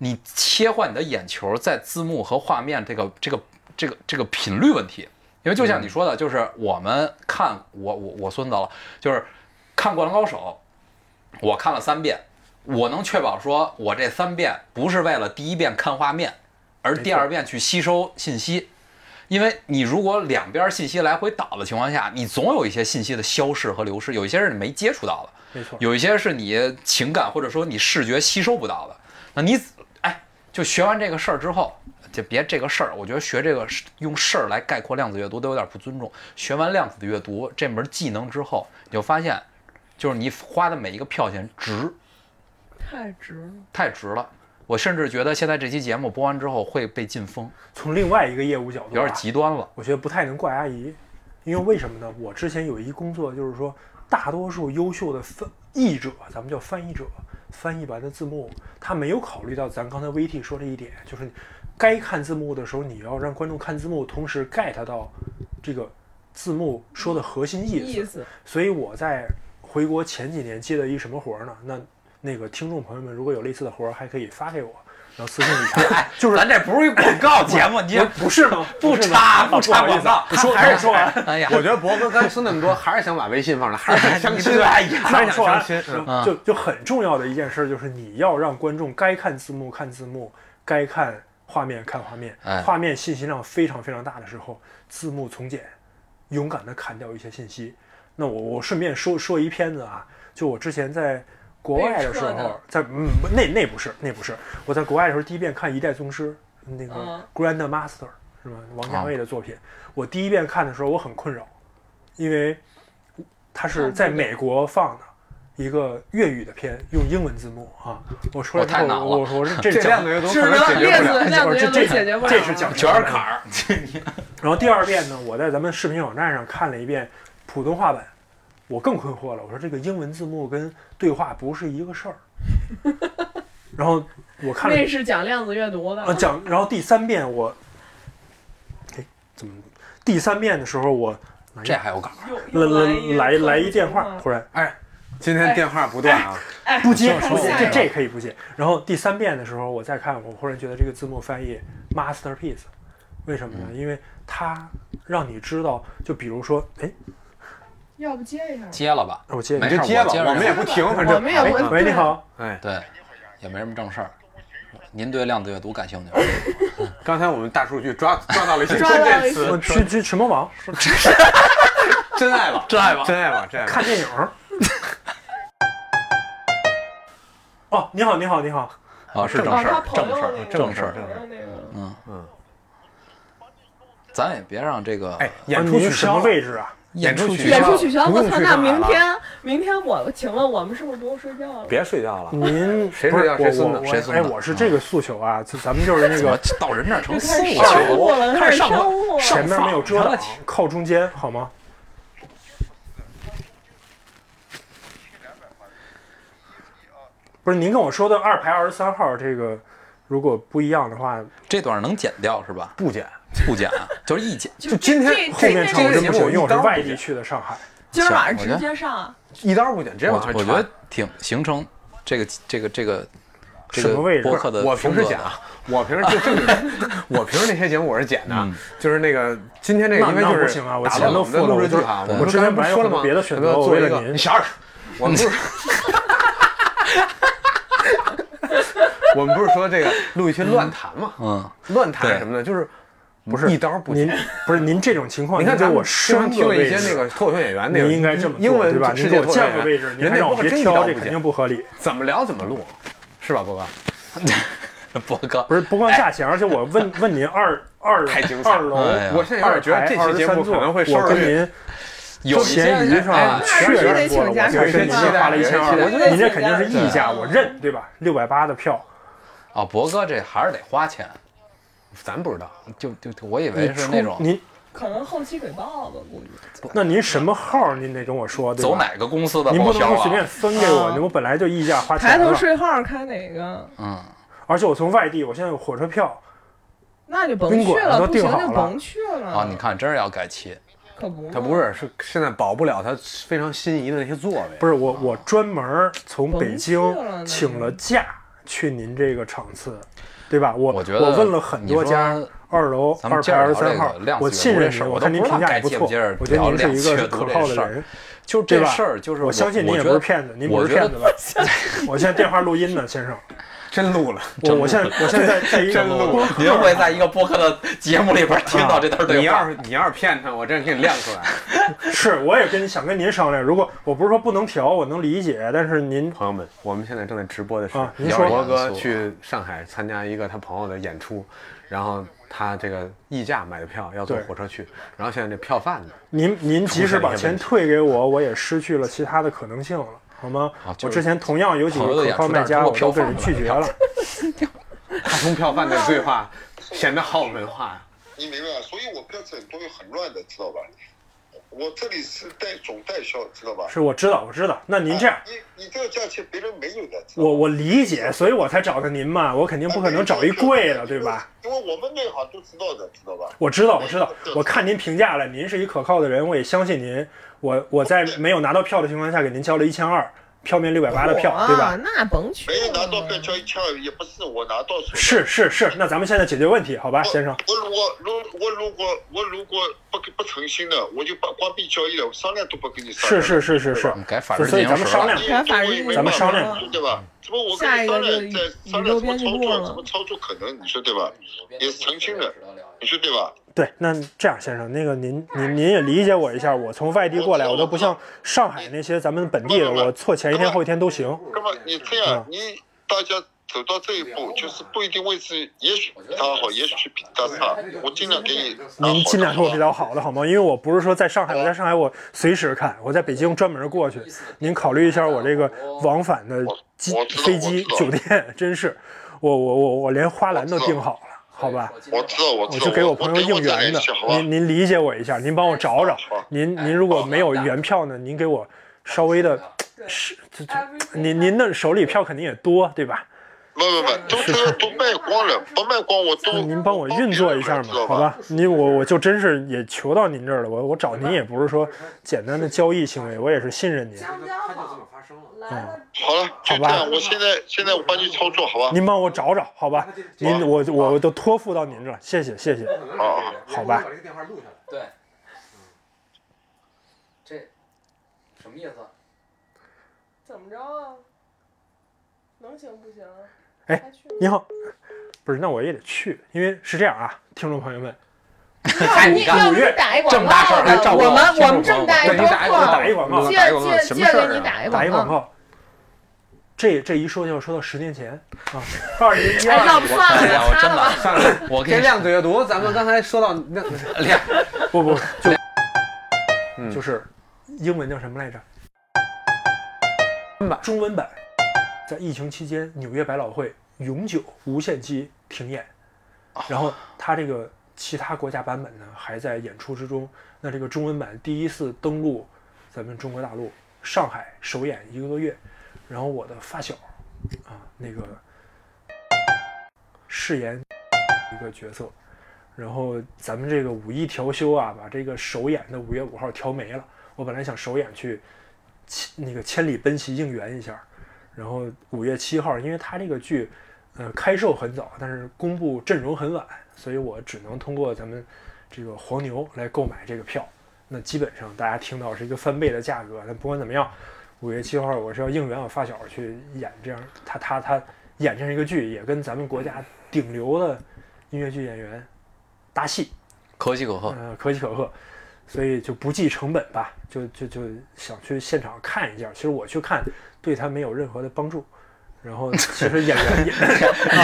Speaker 3: 你切换你的眼球在字幕和画面这个这个这个这个频率问题，因为就像你说的，就是我们看我我我孙子了，就是看《灌篮高手》，我看了三遍，我能确保说我这三遍不是为了第一遍看画面，而第二遍去吸收信息。因为你如果两边信息来回倒的情况下，你总有一些信息的消逝和流失，有一些是你没接触到的，
Speaker 2: 没错，
Speaker 3: 有一些是你情感或者说你视觉吸收不到的。那你哎，就学完这个事儿之后，就别这个事儿，我觉得学这个事用事儿来概括量子阅读都有点不尊重。学完量子的阅读这门技能之后，你就发现，就是你花的每一个票钱值
Speaker 5: 太值了，
Speaker 3: 太值了。我甚至觉得现在这期节目播完之后会被禁封，
Speaker 2: 从另外一个业务角度啊，
Speaker 3: 有点极端了。
Speaker 2: 我觉得不太能怪阿姨，因为为什么呢？我之前有一工作，就是说大多数优秀的翻译者，咱们叫翻译者，翻译完的字幕，他没有考虑到咱刚才 VT 说的一点，就是你该看字幕的时候，你要让观众看字幕，同时 get 到这个字幕说的核心意思
Speaker 5: 意。思
Speaker 2: 所以我在回国前几年接的一什么活儿呢？那那个听众朋友们，如果有类似的活儿，还可以发给我，然后私信一下。
Speaker 3: 就是哎咱这不是一广告节目，你
Speaker 2: 不是吗？
Speaker 3: 不
Speaker 2: 是吗
Speaker 3: 插
Speaker 2: 啊
Speaker 3: 不插
Speaker 2: 好意
Speaker 3: 广
Speaker 2: 思啊
Speaker 3: 告，
Speaker 2: 不说
Speaker 3: 还
Speaker 2: 完
Speaker 3: 是
Speaker 2: 我说完。
Speaker 3: 哎呀，
Speaker 1: 我觉得博哥刚才说那么多，还是想把微信放那，还是想相亲，
Speaker 3: 哎 呀
Speaker 1: 还是
Speaker 2: 说
Speaker 1: 想
Speaker 2: 完
Speaker 1: 相亲。嗯
Speaker 3: 嗯
Speaker 2: 就就很重要的一件事就是你要让观众该看字幕看字幕，该看画面看画面
Speaker 3: 哎，
Speaker 2: 画面信息量非常非常大的时候，字幕从简，勇敢的砍掉一些信息。那我我顺便说说一片子啊，就我之前在国外的
Speaker 5: 被
Speaker 2: 时
Speaker 5: 撤
Speaker 2: 候
Speaker 5: 的，
Speaker 2: 在嗯不那那不是那不是我在国外的时候第一遍看《一代宗师》那个
Speaker 5: 嗯
Speaker 2: Grand Master 是吧？王家卫的作品，
Speaker 1: 啊
Speaker 2: 我第一遍看的时候我很困扰，因为它是在美国放的，一个粤语的片，用英文字幕啊。我出来
Speaker 3: 我
Speaker 2: 之
Speaker 3: 太
Speaker 2: 后，
Speaker 3: 难了
Speaker 2: 我我说这
Speaker 1: 这
Speaker 2: 讲
Speaker 1: 量的阅读
Speaker 4: 是
Speaker 1: 可能解决
Speaker 4: 量
Speaker 1: 不了。
Speaker 4: 子量子
Speaker 2: 这
Speaker 4: 阅读
Speaker 2: 这
Speaker 4: 解决不了，
Speaker 2: 这是讲
Speaker 3: 全是坎儿。
Speaker 2: 然后第二遍呢，我在咱们视频网站上看了一遍普通话版，我更困惑了。我说这个英文字幕跟对话不是一个事儿。然后我看了
Speaker 4: 那是讲量子阅读的
Speaker 2: 啊，讲，然后第三遍我，哎，怎么？第三遍的时候我
Speaker 3: 这还有坎儿，
Speaker 2: 来
Speaker 4: 又又
Speaker 2: 来来来一
Speaker 4: 个
Speaker 2: 电
Speaker 4: 特殊
Speaker 2: 话，
Speaker 4: 情况
Speaker 2: 突然
Speaker 1: 今天电话不断啊，
Speaker 2: 不接，
Speaker 4: 太
Speaker 2: 不接，
Speaker 4: 吓
Speaker 2: 这
Speaker 4: 人
Speaker 2: 这可以不接。然后第三遍的时候我再看，我忽然觉得这个字幕翻译 masterpiece，为什么呢？因为它让你知道，就比如说，哎，
Speaker 4: 要不接一下？
Speaker 3: 接了吧？
Speaker 2: 我接
Speaker 3: 没
Speaker 1: 你就
Speaker 3: 事
Speaker 1: 接吧，
Speaker 3: 我接着
Speaker 1: 我们也不停，反
Speaker 4: 我
Speaker 1: 正
Speaker 4: 们也不
Speaker 2: 喂，你，好，
Speaker 1: 哎。
Speaker 3: 对，也没什么正事儿。您对量子阅读感兴趣吗？
Speaker 1: 刚才我们大数据抓抓到了一些
Speaker 4: 抓到
Speaker 1: 关
Speaker 4: 了
Speaker 1: 键
Speaker 4: 一些
Speaker 2: 我
Speaker 1: 词，
Speaker 2: 嗯去去什么网
Speaker 1: 真爱吧，
Speaker 3: 真爱吧
Speaker 1: 真爱吧，真爱吧。
Speaker 2: 看电影儿？哦，你好，你好，你好，
Speaker 3: 啊，是正
Speaker 4: 哦
Speaker 3: 事
Speaker 4: 他
Speaker 3: 儿，
Speaker 4: 朋
Speaker 3: 正
Speaker 4: 友
Speaker 3: 事
Speaker 4: 那
Speaker 3: 儿，
Speaker 4: 个
Speaker 3: 正事
Speaker 4: 朋
Speaker 3: 儿。
Speaker 4: 友那个
Speaker 3: 嗯
Speaker 1: 嗯，
Speaker 3: 咱也别让这个
Speaker 1: 哎，
Speaker 2: 啊
Speaker 1: 演出取
Speaker 2: 你是什么
Speaker 1: 消
Speaker 2: 位置啊？
Speaker 1: 演出取消
Speaker 4: 演出取消，
Speaker 1: 不
Speaker 4: 我
Speaker 1: 用
Speaker 4: 操！
Speaker 1: 去
Speaker 4: 那
Speaker 1: 上海
Speaker 4: 明
Speaker 1: 了
Speaker 4: 天明天我，请问我们是不是不用睡觉了？
Speaker 1: 别睡觉了，
Speaker 2: 您
Speaker 1: 谁
Speaker 2: 不
Speaker 1: 睡
Speaker 2: 是
Speaker 1: 觉
Speaker 2: 我
Speaker 1: 谁孙子
Speaker 2: 我
Speaker 3: 谁孙子
Speaker 2: 哎，我是这个诉求啊，就咱们就是那
Speaker 3: 怎 么
Speaker 2: 个
Speaker 3: 到人这儿成
Speaker 4: 这
Speaker 3: 诉
Speaker 4: 太
Speaker 3: 求
Speaker 4: 生
Speaker 3: 了？
Speaker 4: 物了，
Speaker 3: 开
Speaker 4: 开
Speaker 3: 始
Speaker 4: 始
Speaker 3: 上
Speaker 4: 生
Speaker 3: 课
Speaker 4: 物了。
Speaker 2: 前面没有遮
Speaker 3: 上
Speaker 2: 挡
Speaker 3: 法，
Speaker 2: 靠中间好吗？不是您跟我说的二排二十三号这个，如果不一样的话，
Speaker 3: 这段能剪掉是吧？
Speaker 1: 不剪。
Speaker 3: 不剪，啊就是 一剪。
Speaker 1: 就今天
Speaker 4: 这
Speaker 2: 后面
Speaker 4: 这
Speaker 2: 唱
Speaker 1: 这
Speaker 2: 这
Speaker 1: 个
Speaker 2: 么
Speaker 1: 节目
Speaker 2: 久，因为我是
Speaker 1: 一刀不
Speaker 2: 外地
Speaker 1: 剪
Speaker 2: 去的上海。
Speaker 5: 今儿晚上
Speaker 3: 行我觉
Speaker 5: 直
Speaker 3: 得
Speaker 5: 接上，
Speaker 1: 一刀不剪，直接
Speaker 3: 我
Speaker 1: 往上
Speaker 3: 我觉
Speaker 1: 传
Speaker 3: 得挺形成这个这个这个这
Speaker 2: 什
Speaker 3: 个
Speaker 2: 么位置
Speaker 3: 播客的
Speaker 1: 我平
Speaker 3: 风
Speaker 1: 时
Speaker 3: 格
Speaker 1: 剪啊，我平时就正经，我平时那些节目我是剪的
Speaker 3: 嗯，
Speaker 1: 就是那个今天这个，
Speaker 2: 那
Speaker 1: 因为就
Speaker 2: 那不
Speaker 1: 是
Speaker 2: 行啊我
Speaker 1: 打
Speaker 2: 钱
Speaker 1: 乱
Speaker 2: 都
Speaker 1: 我们的
Speaker 2: 付了
Speaker 1: 录制
Speaker 2: 我
Speaker 1: 计
Speaker 2: 就
Speaker 1: 划，
Speaker 2: 对
Speaker 1: 们
Speaker 2: 啊我
Speaker 1: 之前不
Speaker 2: 之
Speaker 1: 是
Speaker 2: 前本来
Speaker 1: 说
Speaker 2: 有
Speaker 1: 了
Speaker 2: 很
Speaker 1: 吗？
Speaker 2: 多别的选择
Speaker 1: 咱们做一
Speaker 2: 我为
Speaker 1: 个
Speaker 2: 了您
Speaker 1: 你小点声，我们不是， 我们不是说这个录一些乱谈嘛，
Speaker 3: 嗯，
Speaker 1: 乱谈
Speaker 3: 对
Speaker 1: 什么呢？就是不是一刀不剪
Speaker 2: 您。不是您这种情况，
Speaker 1: 你看
Speaker 2: 给
Speaker 1: 咱
Speaker 2: 我
Speaker 1: 们经常
Speaker 2: 升
Speaker 1: 听
Speaker 2: 个
Speaker 1: 了一
Speaker 2: 位
Speaker 1: 些那
Speaker 2: 置，
Speaker 1: 个脱口秀演员，那个
Speaker 2: 您应该这么
Speaker 1: 英
Speaker 2: 做对吧？
Speaker 1: 文
Speaker 2: 您
Speaker 1: 世
Speaker 2: 给
Speaker 1: 界
Speaker 2: 我
Speaker 1: 脱口秀
Speaker 2: 降个
Speaker 1: 演
Speaker 2: 位
Speaker 1: 员
Speaker 2: 置，，您
Speaker 1: 人
Speaker 2: 还
Speaker 1: 家
Speaker 2: 让
Speaker 1: 不可
Speaker 2: 我别
Speaker 1: 真一
Speaker 2: 挑，
Speaker 1: 刀
Speaker 2: 这
Speaker 1: 不
Speaker 2: 肯定
Speaker 1: 剪，
Speaker 2: 不合理。
Speaker 1: 怎么聊怎么录，是吧，波 哥？
Speaker 3: 博哥
Speaker 2: 不是不光价钱，而且我问问您二二
Speaker 1: 太精彩了
Speaker 2: 二楼
Speaker 3: 哎呀
Speaker 1: 我现在有
Speaker 2: 二
Speaker 1: 点觉得这期节目可能会收
Speaker 2: 我
Speaker 1: 视
Speaker 2: 跟
Speaker 1: 率
Speaker 2: 您
Speaker 3: 有一些
Speaker 2: 闲鱼上
Speaker 3: 哎
Speaker 2: 确认过了，我才跟您花了一千二，我觉得您这肯定是溢价，我认，对吧？六百八的票，
Speaker 3: 啊，博哥这还是得花钱，
Speaker 1: 咱不知道，
Speaker 3: 就就就我以为哎是那种
Speaker 2: 您
Speaker 4: 可能后期给报吧，估计。
Speaker 2: 那您什么号您得跟我说，对
Speaker 3: 走
Speaker 2: 吧？
Speaker 3: 哪个公司的
Speaker 2: 您
Speaker 3: 报
Speaker 2: 不能
Speaker 3: 销
Speaker 2: 够随
Speaker 3: 啊
Speaker 2: 便？分给我
Speaker 1: 哦
Speaker 5: 啊，
Speaker 2: 我本来就溢价花
Speaker 4: 抬
Speaker 2: 钱
Speaker 4: 头
Speaker 2: 了，
Speaker 4: 税号开哪个？
Speaker 3: 嗯，
Speaker 2: 而且我从外地，我现在有火车票，
Speaker 4: 那就甭
Speaker 2: 宾
Speaker 4: 去
Speaker 2: 馆
Speaker 4: 了，
Speaker 2: 都
Speaker 4: 不
Speaker 2: 订
Speaker 4: 行
Speaker 2: 好
Speaker 4: 就
Speaker 2: 了
Speaker 4: 甭去了。
Speaker 3: 啊，你看真是要改期，
Speaker 4: 可不嘛，
Speaker 1: 他不是是现在保不了他非常心仪的那些座位，
Speaker 2: 不是我我专门从
Speaker 4: 甭
Speaker 2: 北
Speaker 4: 去
Speaker 2: 京
Speaker 4: 了呢
Speaker 2: 请了假去您这个场次。对吧？我
Speaker 3: 我觉得
Speaker 2: 问了很多家
Speaker 3: 你说，
Speaker 2: 二楼
Speaker 3: 咱们
Speaker 2: 二
Speaker 3: 接
Speaker 2: 排二
Speaker 3: 着聊
Speaker 2: 十
Speaker 3: 这
Speaker 2: 三号
Speaker 3: 个量，子
Speaker 2: 我信
Speaker 3: 阅
Speaker 2: 任您，
Speaker 3: 读这事儿，
Speaker 2: 我
Speaker 3: 都
Speaker 2: 看
Speaker 3: 不
Speaker 2: 您
Speaker 3: 知道
Speaker 2: 评价
Speaker 3: 该
Speaker 2: 也不
Speaker 3: 接不
Speaker 2: 错
Speaker 3: 接着，
Speaker 2: 我觉得
Speaker 3: 聊
Speaker 2: 您
Speaker 3: 量
Speaker 2: 是
Speaker 3: 子
Speaker 2: 一
Speaker 3: 阅
Speaker 2: 个
Speaker 3: 读
Speaker 2: 可
Speaker 3: 这
Speaker 2: 靠的
Speaker 3: 事儿
Speaker 2: 人。。
Speaker 3: 就
Speaker 2: 对
Speaker 3: 这
Speaker 2: 吧
Speaker 3: 事儿，就是
Speaker 2: 我相信您也不是骗子，您不
Speaker 3: 我
Speaker 2: 是
Speaker 3: 觉
Speaker 2: 骗
Speaker 3: 得
Speaker 2: 子吧？ 我现在电话录音呢，先生。
Speaker 1: 真录了。
Speaker 2: 我我现在我现 在 在一个
Speaker 1: 真录
Speaker 2: 播
Speaker 3: 您会在一个播客的节目里边听到这段
Speaker 1: 你
Speaker 3: 对
Speaker 1: 要
Speaker 3: 话。
Speaker 1: 是你要是骗他，我真给你亮出来。
Speaker 2: 是，我也跟想跟您商量，如果我不是说不能调，我能理解，但是您
Speaker 1: 朋友们，我们现在正在直播的是
Speaker 2: 啊您
Speaker 3: 说
Speaker 1: 博哥去上海参加一个他朋友的演出，然后他这个溢价买的票要坐
Speaker 2: 对
Speaker 1: 火车去，然后现在这票贩子
Speaker 2: 您您即使把
Speaker 1: 出现了一些
Speaker 2: 钱退给我，我也失去了其他的可能性了，好吗？
Speaker 3: 啊就是
Speaker 2: 我之前同样有几
Speaker 3: 朋
Speaker 2: 个
Speaker 3: 友的
Speaker 2: 可
Speaker 3: 演
Speaker 2: 靠
Speaker 3: 出
Speaker 2: 卖
Speaker 3: 但是
Speaker 2: 家，
Speaker 3: 通
Speaker 2: 我
Speaker 3: 过
Speaker 2: 都被
Speaker 3: 票贩
Speaker 2: 人
Speaker 3: 子
Speaker 2: 拒
Speaker 3: 来
Speaker 2: 绝
Speaker 3: 看
Speaker 2: 了。
Speaker 1: 他同票贩子对 话显得好有文化呀。
Speaker 6: 你明白吗？所以我标准东西很乱的，知道吧？我这里是代总代销，知道吧？
Speaker 2: 是，我知道，我知道。那您这样
Speaker 6: 啊，你你这个价钱别人没有的，知道吧
Speaker 2: 我我理解，所以我才找的您嘛，我肯定不可能找一贵
Speaker 6: 啊
Speaker 2: 的，对吧？？
Speaker 6: 因为我们内行都知道的，知道吧？
Speaker 2: 我知道，我知道，我看您评价了，您是一可靠的人，我也相信您。我我在没有拿到票的情况下，给您交了一千二，票面六百八的票，对
Speaker 4: 哇
Speaker 2: 吧？
Speaker 4: 啊那甭去
Speaker 6: 没有哎拿
Speaker 4: 了。
Speaker 6: 到票交一千二，也不是我拿到手的。
Speaker 2: 是是是，那咱们现在解决问题，好吧，先生？
Speaker 6: 我如果如我如果我如果不不诚心的，我就把关闭交易了，我商量都不跟你商
Speaker 2: 是
Speaker 6: 量。
Speaker 2: 是是是是，
Speaker 3: 改法制
Speaker 2: 所以
Speaker 3: 进行
Speaker 2: 咱们
Speaker 3: 时了
Speaker 2: 商量。
Speaker 6: 因为
Speaker 4: 咱
Speaker 6: 因为
Speaker 4: 咱
Speaker 2: 们商量
Speaker 6: 没办法对
Speaker 2: 嗯
Speaker 6: 吧？这不我跟
Speaker 4: 下
Speaker 6: 你
Speaker 4: 一个
Speaker 6: 商
Speaker 4: 就
Speaker 6: 量，再
Speaker 4: 宇
Speaker 6: 商量
Speaker 4: 宇宙编
Speaker 6: 怎
Speaker 4: 辑
Speaker 6: 么操
Speaker 4: 部了
Speaker 6: 作，怎么操作可能？你说对吧？也是澄清的，你说对吧？
Speaker 2: 对，那这样先生，那个您您您也理解我一下，我从外地过来，我都不像上海那些咱们本地的，我错前一天后一天都行。
Speaker 6: 那么你这样，你大家走到这一步，就是不一定位置，也许比他好，也许比他差，我尽量给你啊拿好的。
Speaker 2: 您尽量给我比较好的好吗？因为我不是说在上海，我
Speaker 6: 哦
Speaker 2: 在上海我随时看，我在北京专门过去。您考虑一下我这个往返的机
Speaker 6: 哦我知道
Speaker 2: 飞机
Speaker 6: 我知
Speaker 2: 酒
Speaker 6: 道
Speaker 2: 店，真是，我我我我连花篮都订好了，好吧？
Speaker 6: 我知道，我
Speaker 2: 我
Speaker 6: 知道，
Speaker 2: 就给
Speaker 6: 我
Speaker 2: 朋友应援的
Speaker 6: 我等一会儿再联系好，吧
Speaker 2: 您？您理解我一下，您帮我找找
Speaker 6: 好。
Speaker 2: 您您如果没有原票呢，您给我稍微的，是这这，您您的手里票肯定也多，对吧？
Speaker 6: 不不不，都都都卖光了，不卖光我 都。
Speaker 2: 您帮我运作一下嘛
Speaker 6: 知道，
Speaker 2: 好
Speaker 6: 吧？
Speaker 2: 吧？您我我就真是也求到您这儿了，我我找哦您也不是说简单的交易行为，我也是信任您。
Speaker 5: 香蕉好，
Speaker 1: 发生了。
Speaker 5: 来了
Speaker 6: 好了，就这样，我现在现在我帮你操作，好吧？
Speaker 2: 您帮我找找，好吧？啊您我我都托付到您这儿，谢谢谢谢。
Speaker 1: 哦
Speaker 6: 啊，
Speaker 2: 好吧
Speaker 1: 把这个电话录下来。
Speaker 3: 对，这什么意思？
Speaker 5: 怎么着啊？能行不行啊？
Speaker 2: 哎
Speaker 5: 还去吗
Speaker 2: 你好，不是，那我也得去，因为是这样啊，听众朋友们，
Speaker 3: 哎你看
Speaker 4: 要不你打一
Speaker 3: 这
Speaker 4: 广
Speaker 3: 么大事
Speaker 4: 告
Speaker 3: 儿还照
Speaker 4: 吧，
Speaker 3: 顾
Speaker 4: 我们
Speaker 3: 听众
Speaker 4: 我们这么
Speaker 5: 哎
Speaker 4: 大一
Speaker 1: 对
Speaker 4: 播
Speaker 1: 你打一
Speaker 4: 客，
Speaker 2: 打一广告
Speaker 4: 借
Speaker 1: 打一广告
Speaker 4: 借
Speaker 1: 什么
Speaker 4: 借
Speaker 1: 事儿
Speaker 4: 给你
Speaker 1: 啊
Speaker 4: 打一
Speaker 2: 打一
Speaker 4: 广
Speaker 2: 哎广
Speaker 4: 告，
Speaker 2: 告。这这一说就要说到十年前啊， 二零一
Speaker 4: 哎，
Speaker 2: 二，
Speaker 4: 要不
Speaker 3: 我
Speaker 4: 算
Speaker 3: 看一
Speaker 4: 了，
Speaker 3: 下，我
Speaker 4: 掐
Speaker 3: 真
Speaker 4: 了吧。
Speaker 3: 的，
Speaker 1: 算了，
Speaker 3: 我跟
Speaker 1: 这
Speaker 3: 你
Speaker 1: 量子阅读，咱们刚才说到量，
Speaker 3: 亮
Speaker 2: 不不，就
Speaker 1: 嗯
Speaker 2: 就是英文叫什么来着？
Speaker 1: 中文版
Speaker 2: 中文版，在疫情期间，纽约百老汇永久无限期停演，
Speaker 1: 哦
Speaker 2: 然后它这个其他国家版本呢还在演出之中。那这个中文版第一次登陆咱们中国大陆上海首演一个多月，然后我的发小啊那个饰演一个角色，然后咱们这个五一调休啊，把这个首演的五月五号调没了。我本来想首演去千那个千里奔袭应援一下，然后五月七号，因为他这个剧，呃，开售很早，但是公布阵容很晚，所以我只能通过咱们这个黄牛来购买这个票。那基本上大家听到是一个翻倍的价格。那不管怎么样，五月七号我是要应援我发小去演这样，他他他演这样一个剧，也跟咱们国家顶流的音乐剧演员搭戏。
Speaker 3: 可喜可贺。
Speaker 2: 呃，可喜可贺，所以就不计成本吧，就就就想去现场看一下。其实我去看对他没有任何的帮助。然后其实演 员也，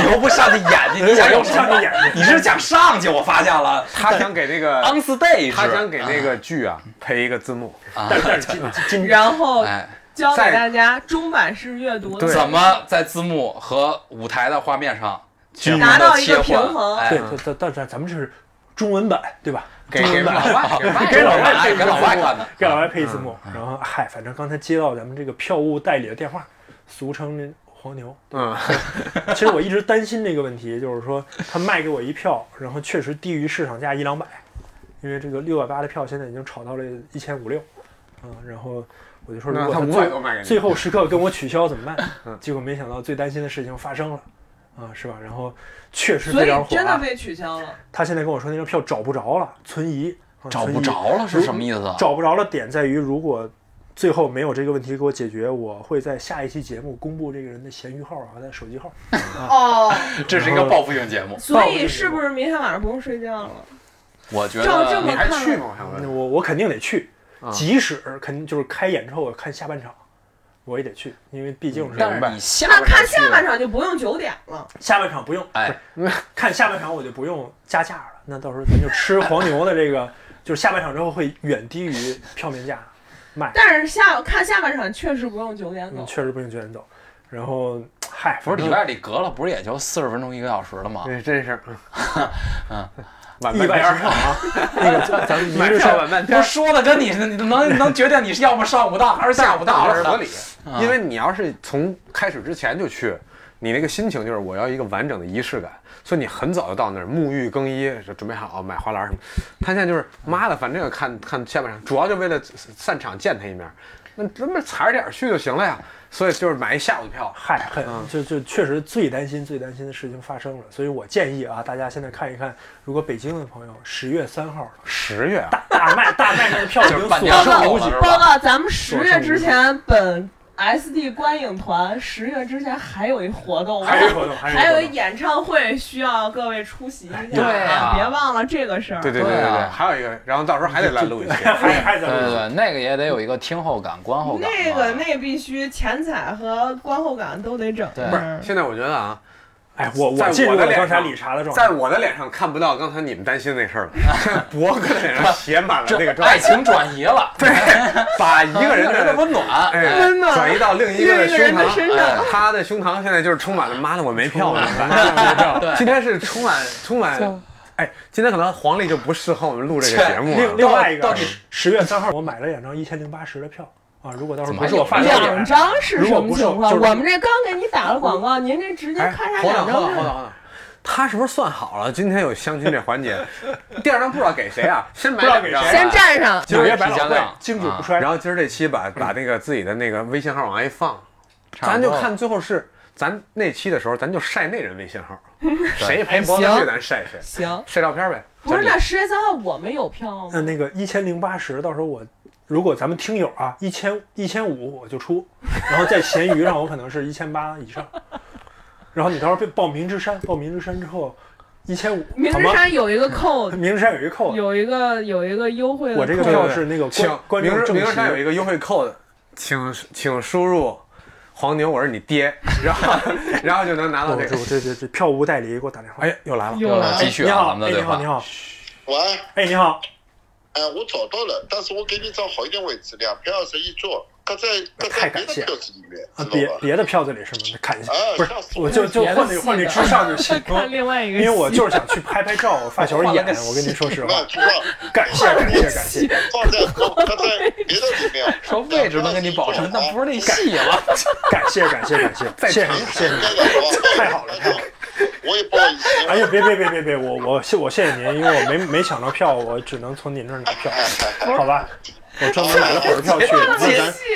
Speaker 3: 你又不上去演去，你想有什
Speaker 2: 我又不上
Speaker 3: 么
Speaker 2: 去演？
Speaker 3: 你是想上去？我发现了
Speaker 1: 他想给那个，
Speaker 2: 嗯
Speaker 3: ，on stage，
Speaker 1: 他想给那个剧啊配一个字幕。
Speaker 3: 啊，
Speaker 2: 但但是今今
Speaker 5: 然后
Speaker 3: 哎，
Speaker 5: 教给
Speaker 1: 在
Speaker 5: 大家中版式阅读
Speaker 1: 对
Speaker 3: 怎么在字幕和舞台的画面上均
Speaker 5: 达
Speaker 3: 匀
Speaker 5: 到
Speaker 3: 的
Speaker 5: 一
Speaker 3: 切
Speaker 5: 个
Speaker 3: 换？
Speaker 5: 平衡
Speaker 3: 哎
Speaker 2: 对，但但但咱咱们这是中文版对吧？
Speaker 1: 给给老 外，给
Speaker 2: 给老
Speaker 3: 外
Speaker 2: 外
Speaker 3: 给哎老外看的
Speaker 2: 的，给老外配字幕。然后嗨，反正刚才接到咱们这个票务代理的电话，俗称黄牛。
Speaker 1: 嗯，
Speaker 2: 其实我一直担心这个问题，就是说他卖给我一票，然后确实低于市场价一两百，因为这个六百八的票现在已经炒到了一千五六，啊，然后我就说如
Speaker 1: 那
Speaker 2: 果
Speaker 1: 他
Speaker 2: 他
Speaker 1: 五
Speaker 2: 最
Speaker 1: 百多卖给
Speaker 2: 最
Speaker 1: 你，嗯
Speaker 2: 后时刻跟我取消怎 么办？结果没想到最担心的事情发生了，啊，是吧？然后确实
Speaker 5: 所
Speaker 2: 非
Speaker 5: 以
Speaker 2: 常火、
Speaker 5: 真的
Speaker 2: 啊，
Speaker 5: 被取消了。
Speaker 2: 他现在跟我说那张票找不着了，存疑，啊
Speaker 3: 找不
Speaker 2: 存疑
Speaker 3: 着了是什么意思？啊
Speaker 2: 找不着的点在于，如果最后没有这个问题给我解决，我会在下一期节目公布这个人的闲鱼号啊和他的手机号。
Speaker 5: 哦，
Speaker 3: 这是一个报复性节目，
Speaker 5: 所以是不是明天晚上不用睡觉了？
Speaker 3: 我觉
Speaker 5: 照这
Speaker 3: 得
Speaker 5: 么
Speaker 1: 你还
Speaker 5: 看
Speaker 1: 去吗？我想问。
Speaker 2: 我我肯定得去
Speaker 1: 啊，
Speaker 2: 即使肯定就是开演之后我看下半场，我也得去，因为毕竟是
Speaker 3: 嗯但是你下
Speaker 5: 那
Speaker 3: 边
Speaker 5: 看下半场就不用九点了。
Speaker 2: 下半场不用
Speaker 3: 哎，
Speaker 2: 不是 看下半场我就不用加价了，那到时候咱就吃黄牛的这个， 就是下半场之后会远低于票面价卖，
Speaker 5: 但是下看下半场确实不用九点
Speaker 2: 嗯，
Speaker 5: 走。
Speaker 2: 确实不行，九点走。然后嗨，
Speaker 3: 不是里
Speaker 2: 外
Speaker 3: 外里隔了，不是也就四十分钟一个小时了吗？
Speaker 1: 这真是， 嗯
Speaker 3: 嗯，
Speaker 1: 晚
Speaker 2: 意
Speaker 1: 半
Speaker 2: 外
Speaker 1: 边
Speaker 2: 市
Speaker 1: 儿，
Speaker 2: 场啊， 那 个咱咱一
Speaker 1: 买
Speaker 2: 日
Speaker 1: 票
Speaker 2: 上
Speaker 1: 晚半
Speaker 3: 不
Speaker 1: 天
Speaker 3: 是，说的跟你是你能能决定你是要么上午到还是下午到
Speaker 1: 我觉
Speaker 3: 似
Speaker 1: 得合
Speaker 3: 的。
Speaker 1: 理，因为你要是从开始之前就去。你那个心情就是我要一个完整的仪式感，所以你很早就到那儿沐浴更衣，就准备好买花篮什么。他现在就是妈的，反正也看看下半场，主要就为了散场见他一面，那咱们踩着点儿去就行了呀。所以就是买一下午的票，
Speaker 2: 嗨，很
Speaker 1: 嗯
Speaker 2: 就就确实最担心最担心的事情发生了，所以我建议啊，大家现在看一看，如果北京的朋友十月三号
Speaker 1: 十月啊，
Speaker 2: 大大卖大卖那个票已
Speaker 3: 就
Speaker 2: 经
Speaker 3: 是半
Speaker 2: 锁
Speaker 3: 年
Speaker 5: 报
Speaker 3: 了
Speaker 2: 上
Speaker 5: 告
Speaker 2: 无
Speaker 3: 我
Speaker 2: 几
Speaker 3: 是吧
Speaker 5: 报告，咱们十月之前本 SD 观影团十月之前还有一活动，
Speaker 2: 还有一活动，还有一活动
Speaker 5: 还有一演唱会需要各位出席一
Speaker 4: 哎
Speaker 5: 下，
Speaker 3: 对啊
Speaker 5: 别忘了这个事儿。
Speaker 1: 对对对对
Speaker 3: 对
Speaker 1: 对，
Speaker 3: 啊
Speaker 1: 还有一个，然后到时候还得来录一 期。
Speaker 2: 还还在
Speaker 3: 对对
Speaker 2: 录
Speaker 3: 对，那个也得有一个听后感、观后感嘛。
Speaker 5: 那个那必须前彩和观后感都得整。
Speaker 3: 对
Speaker 1: 不
Speaker 4: 嗯
Speaker 1: 是，现在我觉得啊，
Speaker 2: 哎，我
Speaker 1: 在
Speaker 2: 我进入
Speaker 1: 我的
Speaker 2: 了
Speaker 1: 脸
Speaker 2: 刚才
Speaker 1: 上
Speaker 2: 理查的状态
Speaker 1: 在，我的脸上看不到刚才你们担心那事儿了，现在博哥的脸上写满了那个
Speaker 3: 这
Speaker 1: 状态
Speaker 3: 爱，情转移了，
Speaker 1: 对，把一个人
Speaker 3: 的
Speaker 1: 的
Speaker 3: 温暖，
Speaker 1: 哎
Speaker 3: 哎，
Speaker 1: 转移到另一
Speaker 5: 另
Speaker 1: 个
Speaker 5: 一个人的
Speaker 1: 胸
Speaker 5: 身
Speaker 1: 膛，
Speaker 5: 上
Speaker 1: 哎他的胸膛现在就是充满了妈的我没票了，妈的我没票。今天是充满充满，哎，今天可能黄历就不适合我们录这个节目
Speaker 2: 另
Speaker 1: 了。
Speaker 2: 另外一个
Speaker 3: 到底
Speaker 2: 十十月三号，我买了两张一千零八十的票啊，如果到时候
Speaker 3: 怎么
Speaker 2: 不是我发
Speaker 3: 还
Speaker 2: 现
Speaker 3: 有
Speaker 2: 的
Speaker 5: 两
Speaker 2: 脸，
Speaker 5: 张是什么情况？
Speaker 2: 如果不是就是
Speaker 5: 我们这刚给你打了广告，您这直接
Speaker 1: 哎
Speaker 5: 咔嚓，
Speaker 1: 等
Speaker 5: 两
Speaker 1: 等等
Speaker 5: 张就。
Speaker 1: 等等等，他是不是算好了今天有相亲这环节？第二张不知道给谁啊？先买
Speaker 2: 不知道
Speaker 1: 两
Speaker 2: 给
Speaker 1: 张
Speaker 2: 谁。
Speaker 4: 先站上，
Speaker 2: 纽约百
Speaker 3: 提
Speaker 2: 老
Speaker 3: 前
Speaker 2: 汇
Speaker 3: 量
Speaker 2: 经久
Speaker 3: 啊
Speaker 2: 不衰
Speaker 1: 然。后今儿这期把把那个自己的那个微信号往外一放，
Speaker 3: 差
Speaker 1: 咱
Speaker 3: 不多
Speaker 1: 就看最后是咱那期的时候，咱就晒那人微信号，谁陪博哥去咱晒谁，
Speaker 5: 行，
Speaker 1: 晒照片呗。
Speaker 5: 不是那十月三号我们有票
Speaker 2: 呃那
Speaker 5: 吗？
Speaker 2: 那个一千零八十，到时候我如果咱们听友啊，一千一千五我就出，然后在闲鱼上我可能是一千八以上，然后你到时候被报明之山，报明之山之后一千五，
Speaker 4: 明
Speaker 2: 好
Speaker 4: 日
Speaker 2: 吗？
Speaker 4: 山有一个扣，
Speaker 2: 明之山有一扣啊的，
Speaker 4: 有一个有一个优惠的扣。
Speaker 2: 我这个
Speaker 1: 对
Speaker 2: 票
Speaker 1: 对
Speaker 2: 是那个
Speaker 1: 请
Speaker 2: 观观
Speaker 1: 明
Speaker 2: 众
Speaker 1: 儿
Speaker 2: 正
Speaker 1: 明儿山有
Speaker 2: 席
Speaker 1: 一个优惠扣，请请输入“黄牛”，我是你爹，然后然后就能拿到
Speaker 2: 哦
Speaker 1: 这
Speaker 2: 这
Speaker 1: 个。
Speaker 2: 这这这票务代理给我打电话。
Speaker 1: 哎，又来了，
Speaker 4: 又来了
Speaker 3: 继续
Speaker 2: 你
Speaker 3: 啊，
Speaker 2: 好，
Speaker 3: 咱们
Speaker 2: 哎，
Speaker 3: 的
Speaker 2: 你
Speaker 3: 对
Speaker 2: 好，
Speaker 3: 话
Speaker 2: 你。好，
Speaker 6: 喂，
Speaker 2: 哎，你好，
Speaker 6: 哎，我找到了，但是我给你找好一点位置，两百二十一座，搁在搁
Speaker 2: 太
Speaker 6: 在
Speaker 2: 感
Speaker 6: 别
Speaker 2: 谢
Speaker 6: 的
Speaker 2: 了
Speaker 6: 票子里面，
Speaker 2: 啊
Speaker 6: 知
Speaker 2: 别
Speaker 6: 道吧？
Speaker 2: 别的票子里是吗？看一下，
Speaker 6: 哎
Speaker 2: 不是
Speaker 6: 吓死，我
Speaker 2: 我就就
Speaker 4: 别的
Speaker 2: 换那
Speaker 4: 戏
Speaker 2: 换那
Speaker 4: 的
Speaker 2: 之上 就行
Speaker 4: 看另外一个
Speaker 2: 因
Speaker 4: 戏，
Speaker 2: 为我就是想去拍拍照，发小演
Speaker 3: 换了个。
Speaker 2: 我跟您说实
Speaker 6: 那
Speaker 2: 话，
Speaker 6: 就放
Speaker 2: 感谢感谢感谢，
Speaker 6: 放在搁在别的里 面，
Speaker 3: 说位置能给你保证，那不是
Speaker 6: 啊
Speaker 3: 那戏了。
Speaker 2: 感谢感谢感谢，谢谢您 谢谢您。太好了太好了
Speaker 6: 我也不好意思，
Speaker 2: 哎呀，别别别别别，我我谢我谢谢您，因为我没没抢着票，我只能从您这儿拿 票，好吧？我专门买了火车 票去，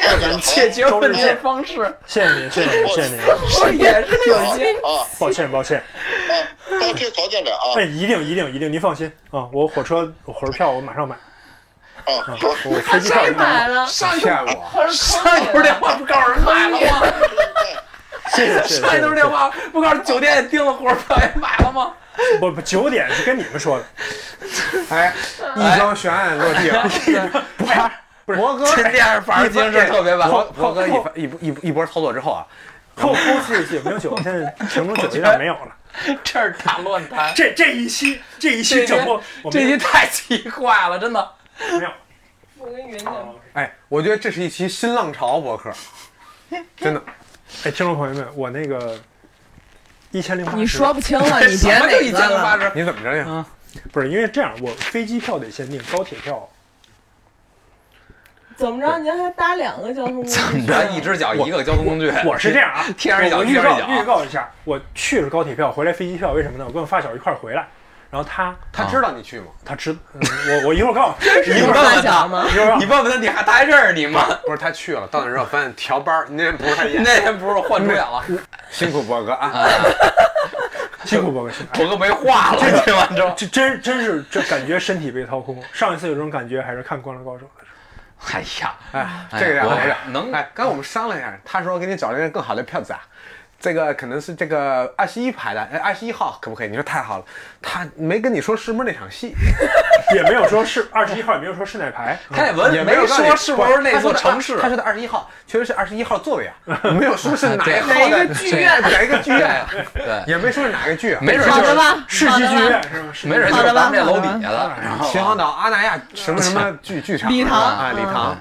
Speaker 2: 那咱
Speaker 3: 解决
Speaker 2: 问题的
Speaker 3: 方式
Speaker 2: 谢谢您谢谢您谢谢您，
Speaker 3: 也是有
Speaker 6: 啊啊
Speaker 2: 抱歉抱歉。
Speaker 6: 啊！当天早点来啊
Speaker 2: 哎，一定一定一定，您放心啊，我火车我火车票我马上买，
Speaker 6: 啊！好，
Speaker 2: 我飞机票
Speaker 4: 谁
Speaker 2: 也买
Speaker 4: 买
Speaker 2: 了，
Speaker 4: 了？
Speaker 1: 骗我！
Speaker 4: 我是坑你了。
Speaker 3: 话不告诉人买了吗？
Speaker 2: 谢谢谢谢谢谢。
Speaker 3: 话不告诉酒店也订了，火车票也买了吗？
Speaker 2: 不不，九点是跟你们说的，
Speaker 1: 哎，一桩悬案落地 了。不是博哥，
Speaker 3: 这电影反而精神特别晚。
Speaker 1: 博博哥一番一一一波操作之后啊，
Speaker 2: 后后期有没有酒？现在城中酒有点没有了。
Speaker 3: 这儿大乱谈，
Speaker 2: 这这一期这一期整播，我
Speaker 3: 这
Speaker 2: 们
Speaker 3: 集太奇怪了，真的。
Speaker 2: 没有。
Speaker 5: 我跟云姐
Speaker 1: 哎，我觉得这是一期新浪潮博客，真的。
Speaker 2: 哎，听众朋友们，我那个一千零八，
Speaker 4: 你说不清 了，你别
Speaker 3: 什么就
Speaker 4: 哪
Speaker 3: 一
Speaker 4: 个
Speaker 3: 千零八
Speaker 4: 了？
Speaker 3: 十？
Speaker 1: 你怎么着呀？
Speaker 2: 不是因为这样，我飞机票得先订，高铁票
Speaker 5: 怎么着？您还搭两个交通工具？
Speaker 3: 怎么着？一只脚一个交通工具。
Speaker 2: 我是这样啊，
Speaker 3: 天上一脚
Speaker 2: 我我
Speaker 3: 地
Speaker 2: 预
Speaker 3: 上
Speaker 2: 告
Speaker 3: 一脚
Speaker 2: 预告一下，我去了高铁票，回来飞机票，为什么呢？我跟我发小一块儿回来，然后他
Speaker 1: 他知道你去吗？
Speaker 2: 他知，嗯我我一会儿告诉你，
Speaker 3: 你
Speaker 2: 一会儿告
Speaker 3: 问
Speaker 2: 诉
Speaker 3: 问
Speaker 2: 你
Speaker 3: 他
Speaker 5: 小吗？
Speaker 2: 一会儿告诉
Speaker 3: 你
Speaker 2: 你，
Speaker 3: 问问他，你还他还认识你吗？
Speaker 1: 不是，他去了，到那之后发现调班儿，那人不是他演。
Speaker 3: 那天不是换主演了，
Speaker 1: 辛苦博哥啊！
Speaker 2: 辛苦博哥辛 苦。
Speaker 3: 我都没话了。听完之后，
Speaker 2: 这真真是这感觉身体被掏空，上一次有这种感觉还是看《灌篮高手》的时候。
Speaker 3: 哎呀，
Speaker 1: 哎，这个两回事
Speaker 3: 哎。我能
Speaker 1: 哎，刚才我们商量一下，他说给你找了一个更好的票子啊，这个可能是这个二十一排的，哎，二十一号可不可以？你说太好了，他没跟你说是不是那场戏，
Speaker 2: 也没有说是二十一号，也没有说是哪排，
Speaker 3: 他也问
Speaker 1: 也
Speaker 3: 没
Speaker 1: 有告诉你
Speaker 3: 说是不是那座城市
Speaker 1: 他，说的二十一号确实是二十一号座位啊，没有说是哪一号
Speaker 3: 对
Speaker 1: 的
Speaker 3: 哪一个剧 院
Speaker 1: 哪一个剧院，
Speaker 3: 对，
Speaker 1: 也没说是哪个剧啊。
Speaker 3: 没准
Speaker 4: 好
Speaker 3: 就
Speaker 4: 的
Speaker 3: 是
Speaker 4: 吧，
Speaker 2: 世
Speaker 4: 好
Speaker 2: 纪
Speaker 4: 的
Speaker 2: 剧
Speaker 4: 吧
Speaker 2: 院是吧？世纪
Speaker 3: 没准
Speaker 2: 剧院
Speaker 3: 就
Speaker 4: 好
Speaker 3: 是
Speaker 4: 的吧
Speaker 3: 咱们这楼底下的，然后
Speaker 1: 秦皇岛阿那亚什么什么剧剧场
Speaker 4: 礼堂
Speaker 1: 啊，礼堂。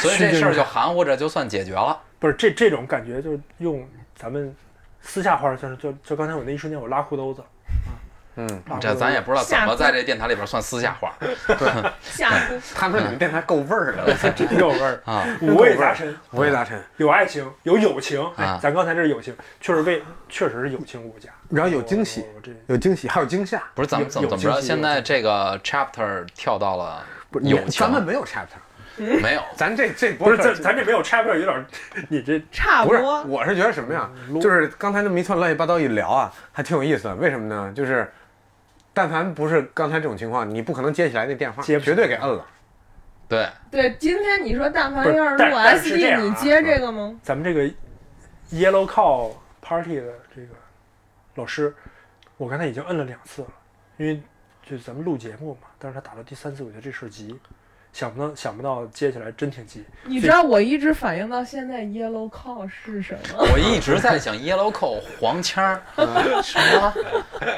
Speaker 3: 所以这事儿
Speaker 2: 哎世纪剧
Speaker 3: 就
Speaker 2: 院
Speaker 3: 含糊着，就算解决了。
Speaker 2: 不是这这种感觉，就是用咱们私下话就是就就刚才我那一瞬间我拉裤兜子，啊
Speaker 1: 嗯，
Speaker 2: 拉裤兜
Speaker 3: 这
Speaker 2: 子
Speaker 3: 咱也不知道怎
Speaker 4: 下
Speaker 3: 么
Speaker 4: 次
Speaker 3: 在这电台里边算私下话
Speaker 4: 下次
Speaker 1: 他们说你们电台够味儿的，我操
Speaker 2: 真有味 儿，
Speaker 3: 啊。
Speaker 2: 五味杂陈，
Speaker 1: 五味杂陈。
Speaker 2: 有爱情，有友情，哎
Speaker 3: 啊，
Speaker 2: 咱刚才这是友情，确实为确实是友情无价，
Speaker 1: 然后有惊喜
Speaker 2: 我，我这
Speaker 1: 有惊喜，还有惊吓。
Speaker 3: 不是，咱们怎么
Speaker 2: 有
Speaker 3: 怎么着？
Speaker 2: 有惊喜
Speaker 3: 现在这个 chapter 跳到了
Speaker 1: 不是
Speaker 3: 友
Speaker 1: 你
Speaker 3: 情，
Speaker 1: 咱们没有 chapter，
Speaker 3: 没有。
Speaker 1: 咱这这
Speaker 2: 不
Speaker 1: 不
Speaker 2: 是咱咱这没有拆票，有点儿你这
Speaker 5: 差不
Speaker 1: 不是，
Speaker 5: 多。
Speaker 1: 我是觉得什么呀？就是刚才那么一串乱七八糟一聊啊，还挺有意思的。为什么呢？就是，但凡不是刚才这种情况，你不可能接起来那电话，
Speaker 2: 接不起
Speaker 1: 绝对给摁了。
Speaker 3: 对，
Speaker 4: 对，今天你说但凡
Speaker 2: 不是
Speaker 4: 要是
Speaker 2: 但
Speaker 4: 录
Speaker 2: 但是这
Speaker 4: SD，
Speaker 2: 样
Speaker 4: 你
Speaker 2: 啊
Speaker 4: 接这个吗？
Speaker 2: 咱们这个 Yellow Cow Party 的这个老师，我刚才已经摁了两次了，因为就是咱们录节目嘛，但是他打到第三次，我觉得这事儿急，想不到想不到接起来真挺急。
Speaker 4: 你知道我一直反应到现在 yellow call 是什么？
Speaker 3: 我一直在想 yellow coat 黄腔儿，什么，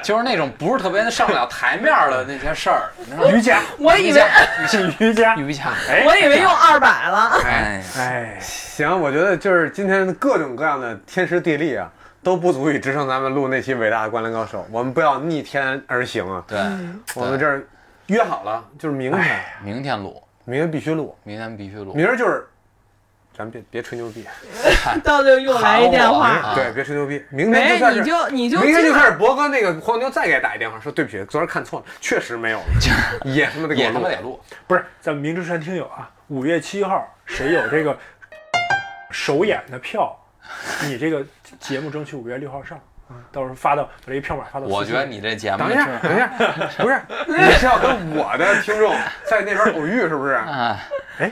Speaker 3: 就是那种不是特别上不了台面儿的那些事儿，你知道吗？
Speaker 2: 瑜伽，
Speaker 4: 我以
Speaker 3: 哎
Speaker 4: 为
Speaker 2: 是瑜伽，
Speaker 3: 瑜伽，
Speaker 2: 哎
Speaker 4: 我以为用二百了，
Speaker 3: 哎，
Speaker 2: 哎，
Speaker 1: 行，我觉得就是今天各种各样的天时地利啊，都不足以支撑咱们录那期伟大的《灌篮高手》。我们不要逆天而行啊！
Speaker 3: 对，
Speaker 1: 我们这儿约好了，就是明天，
Speaker 3: 明天录，
Speaker 1: 明天必须录，
Speaker 3: 明天必须录。
Speaker 1: 明儿就是，咱别别吹牛逼，
Speaker 4: 到最后又来一电
Speaker 3: 喊我
Speaker 4: 话。
Speaker 3: 啊
Speaker 1: 对，别吹牛逼，明天
Speaker 4: 没
Speaker 1: 就，算
Speaker 4: 你
Speaker 1: 是。
Speaker 4: 就你就
Speaker 1: 明天
Speaker 4: 进
Speaker 1: 就
Speaker 4: 来
Speaker 1: 开始博哥那个黄牛再给打一电话，说对不起，昨儿看错了，确实没有了，也他妈得给
Speaker 3: 也
Speaker 1: 我
Speaker 3: 他妈
Speaker 1: 录。
Speaker 3: 得录，
Speaker 2: 不是，咱们明珠山听友啊，五月七号谁有这个首演的票，你这个节目争取五月六号上啊、到时候发到把这个票码发到。
Speaker 3: 我觉得。你这节目
Speaker 1: 等一下，等一下，不 是，你是要跟我的听众在那边偶遇是不是？
Speaker 3: 啊，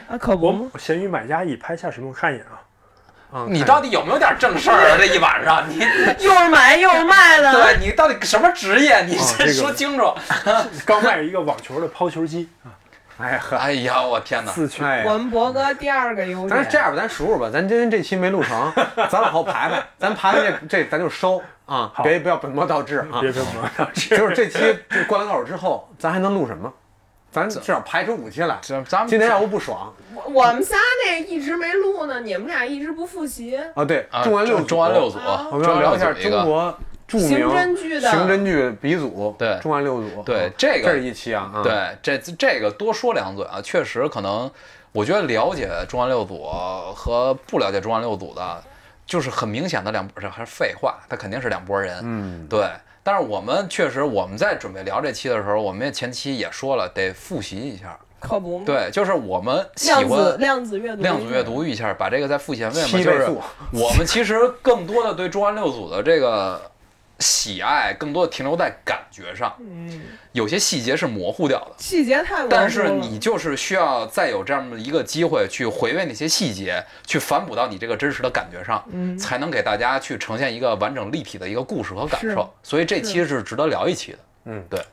Speaker 4: 啊，可不
Speaker 2: 我
Speaker 4: 吗，
Speaker 2: 闲鱼买家已拍下什么？我看一眼啊。
Speaker 1: 嗯
Speaker 3: 你到底有没有点正事儿啊？这一晚上你。
Speaker 4: 又是买又是卖的，
Speaker 3: 对你到底什么职业？你
Speaker 2: 这
Speaker 3: 先
Speaker 2: 个
Speaker 3: 说清楚。
Speaker 2: 刚卖一个网球的抛球机，
Speaker 1: 哎呀呵，
Speaker 3: 哎呀，我天哪！
Speaker 2: 四驱。
Speaker 1: 哎呀
Speaker 4: 我们博哥第二个优
Speaker 1: 咱
Speaker 4: 点
Speaker 1: 这。样吧，咱数数吧，咱今天这期没录成，咱往后排排，咱排排这这咱就收啊，
Speaker 2: 好
Speaker 1: 别不要本末倒置啊。
Speaker 2: 别别别！
Speaker 1: 就是这期这灌篮高手之后，咱还能录什么？咱至少排出五期来。
Speaker 3: 咱咱们
Speaker 1: 今天啊要不不爽
Speaker 4: 我我们仨那一直没录呢，你们俩一直不复习。
Speaker 1: 啊，对，
Speaker 3: 啊
Speaker 1: 中完六组
Speaker 3: 中完六组，
Speaker 1: 我们要聊一下
Speaker 3: 中完六组个
Speaker 1: 中国著名
Speaker 4: 刑侦剧的
Speaker 1: 刑侦剧鼻祖，
Speaker 3: 对
Speaker 1: 中完六组，
Speaker 3: 对
Speaker 1: 啊
Speaker 3: 这个
Speaker 1: 这是一期啊，啊，
Speaker 3: 对，这这个多说两嘴啊，确实可能，我觉得了解中央六组和不了解中央六组的，就是很明显的两，这还是废话，他肯定是两拨人。
Speaker 1: 嗯，
Speaker 3: 对，但是我们确实，我们在准备聊这期的时候，我们也前期也说了，得复习一下。
Speaker 4: 可不嘛，
Speaker 3: 对，就是我们喜
Speaker 4: 量子
Speaker 3: 欢
Speaker 4: 量子阅读，
Speaker 3: 量子阅读一下，把这个再复习一遍嘛。
Speaker 1: 七
Speaker 3: 就
Speaker 1: 倍
Speaker 3: 是
Speaker 1: 速
Speaker 3: 我们其实更多的对中央六组的这个喜爱，更多的停留在感觉上，有些细节是模糊掉的。
Speaker 4: 嗯细节太模糊了。
Speaker 3: 但是你就是需要再有这么一个机会去回味那些细节，去反哺到你这个真实的感觉上，
Speaker 4: 嗯
Speaker 3: 才能给大家去呈现一个完整立体的一个故事和感受。所以这期是值得聊一期的。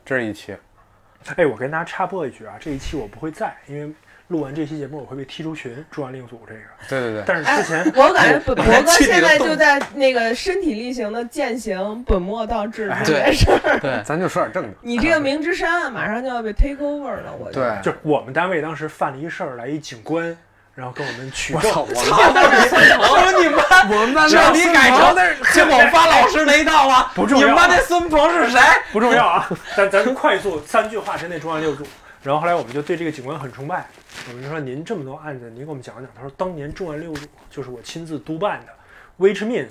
Speaker 1: 这是一期，
Speaker 2: 哎，我跟大家插播一句啊，这一期我不会在，因为录完这期节目我会被踢出群，中完另组这个。
Speaker 1: 对对对。
Speaker 2: 但是之前，
Speaker 4: 我感觉本博哥
Speaker 3: 气得
Speaker 4: 现在
Speaker 3: 动
Speaker 4: 就在那个身体力行的践行本末倒置这
Speaker 3: 对
Speaker 4: 件事儿。
Speaker 3: 对
Speaker 1: 咱就说点正经，
Speaker 4: 你这个明之山啊，马上就要被 take over 了，我觉得。
Speaker 1: 对，
Speaker 2: 就是我们单位当时犯了一事儿，来一警官，然后跟我们取
Speaker 1: 我
Speaker 2: 证
Speaker 1: 操，。我 操你妈！我们班
Speaker 3: 这
Speaker 1: 让
Speaker 3: 你改成的金某发老师那一套了，
Speaker 2: 不重
Speaker 3: 你
Speaker 2: 要
Speaker 3: 们班那孙鹏是谁？
Speaker 2: 不重要啊， 咱咱们快速三句话之内中完六组。然后后来我们就对这个警官很崇拜，我们就说您这么多案子，您给我们讲讲。他说当年重案六组就是我亲自督办的，which means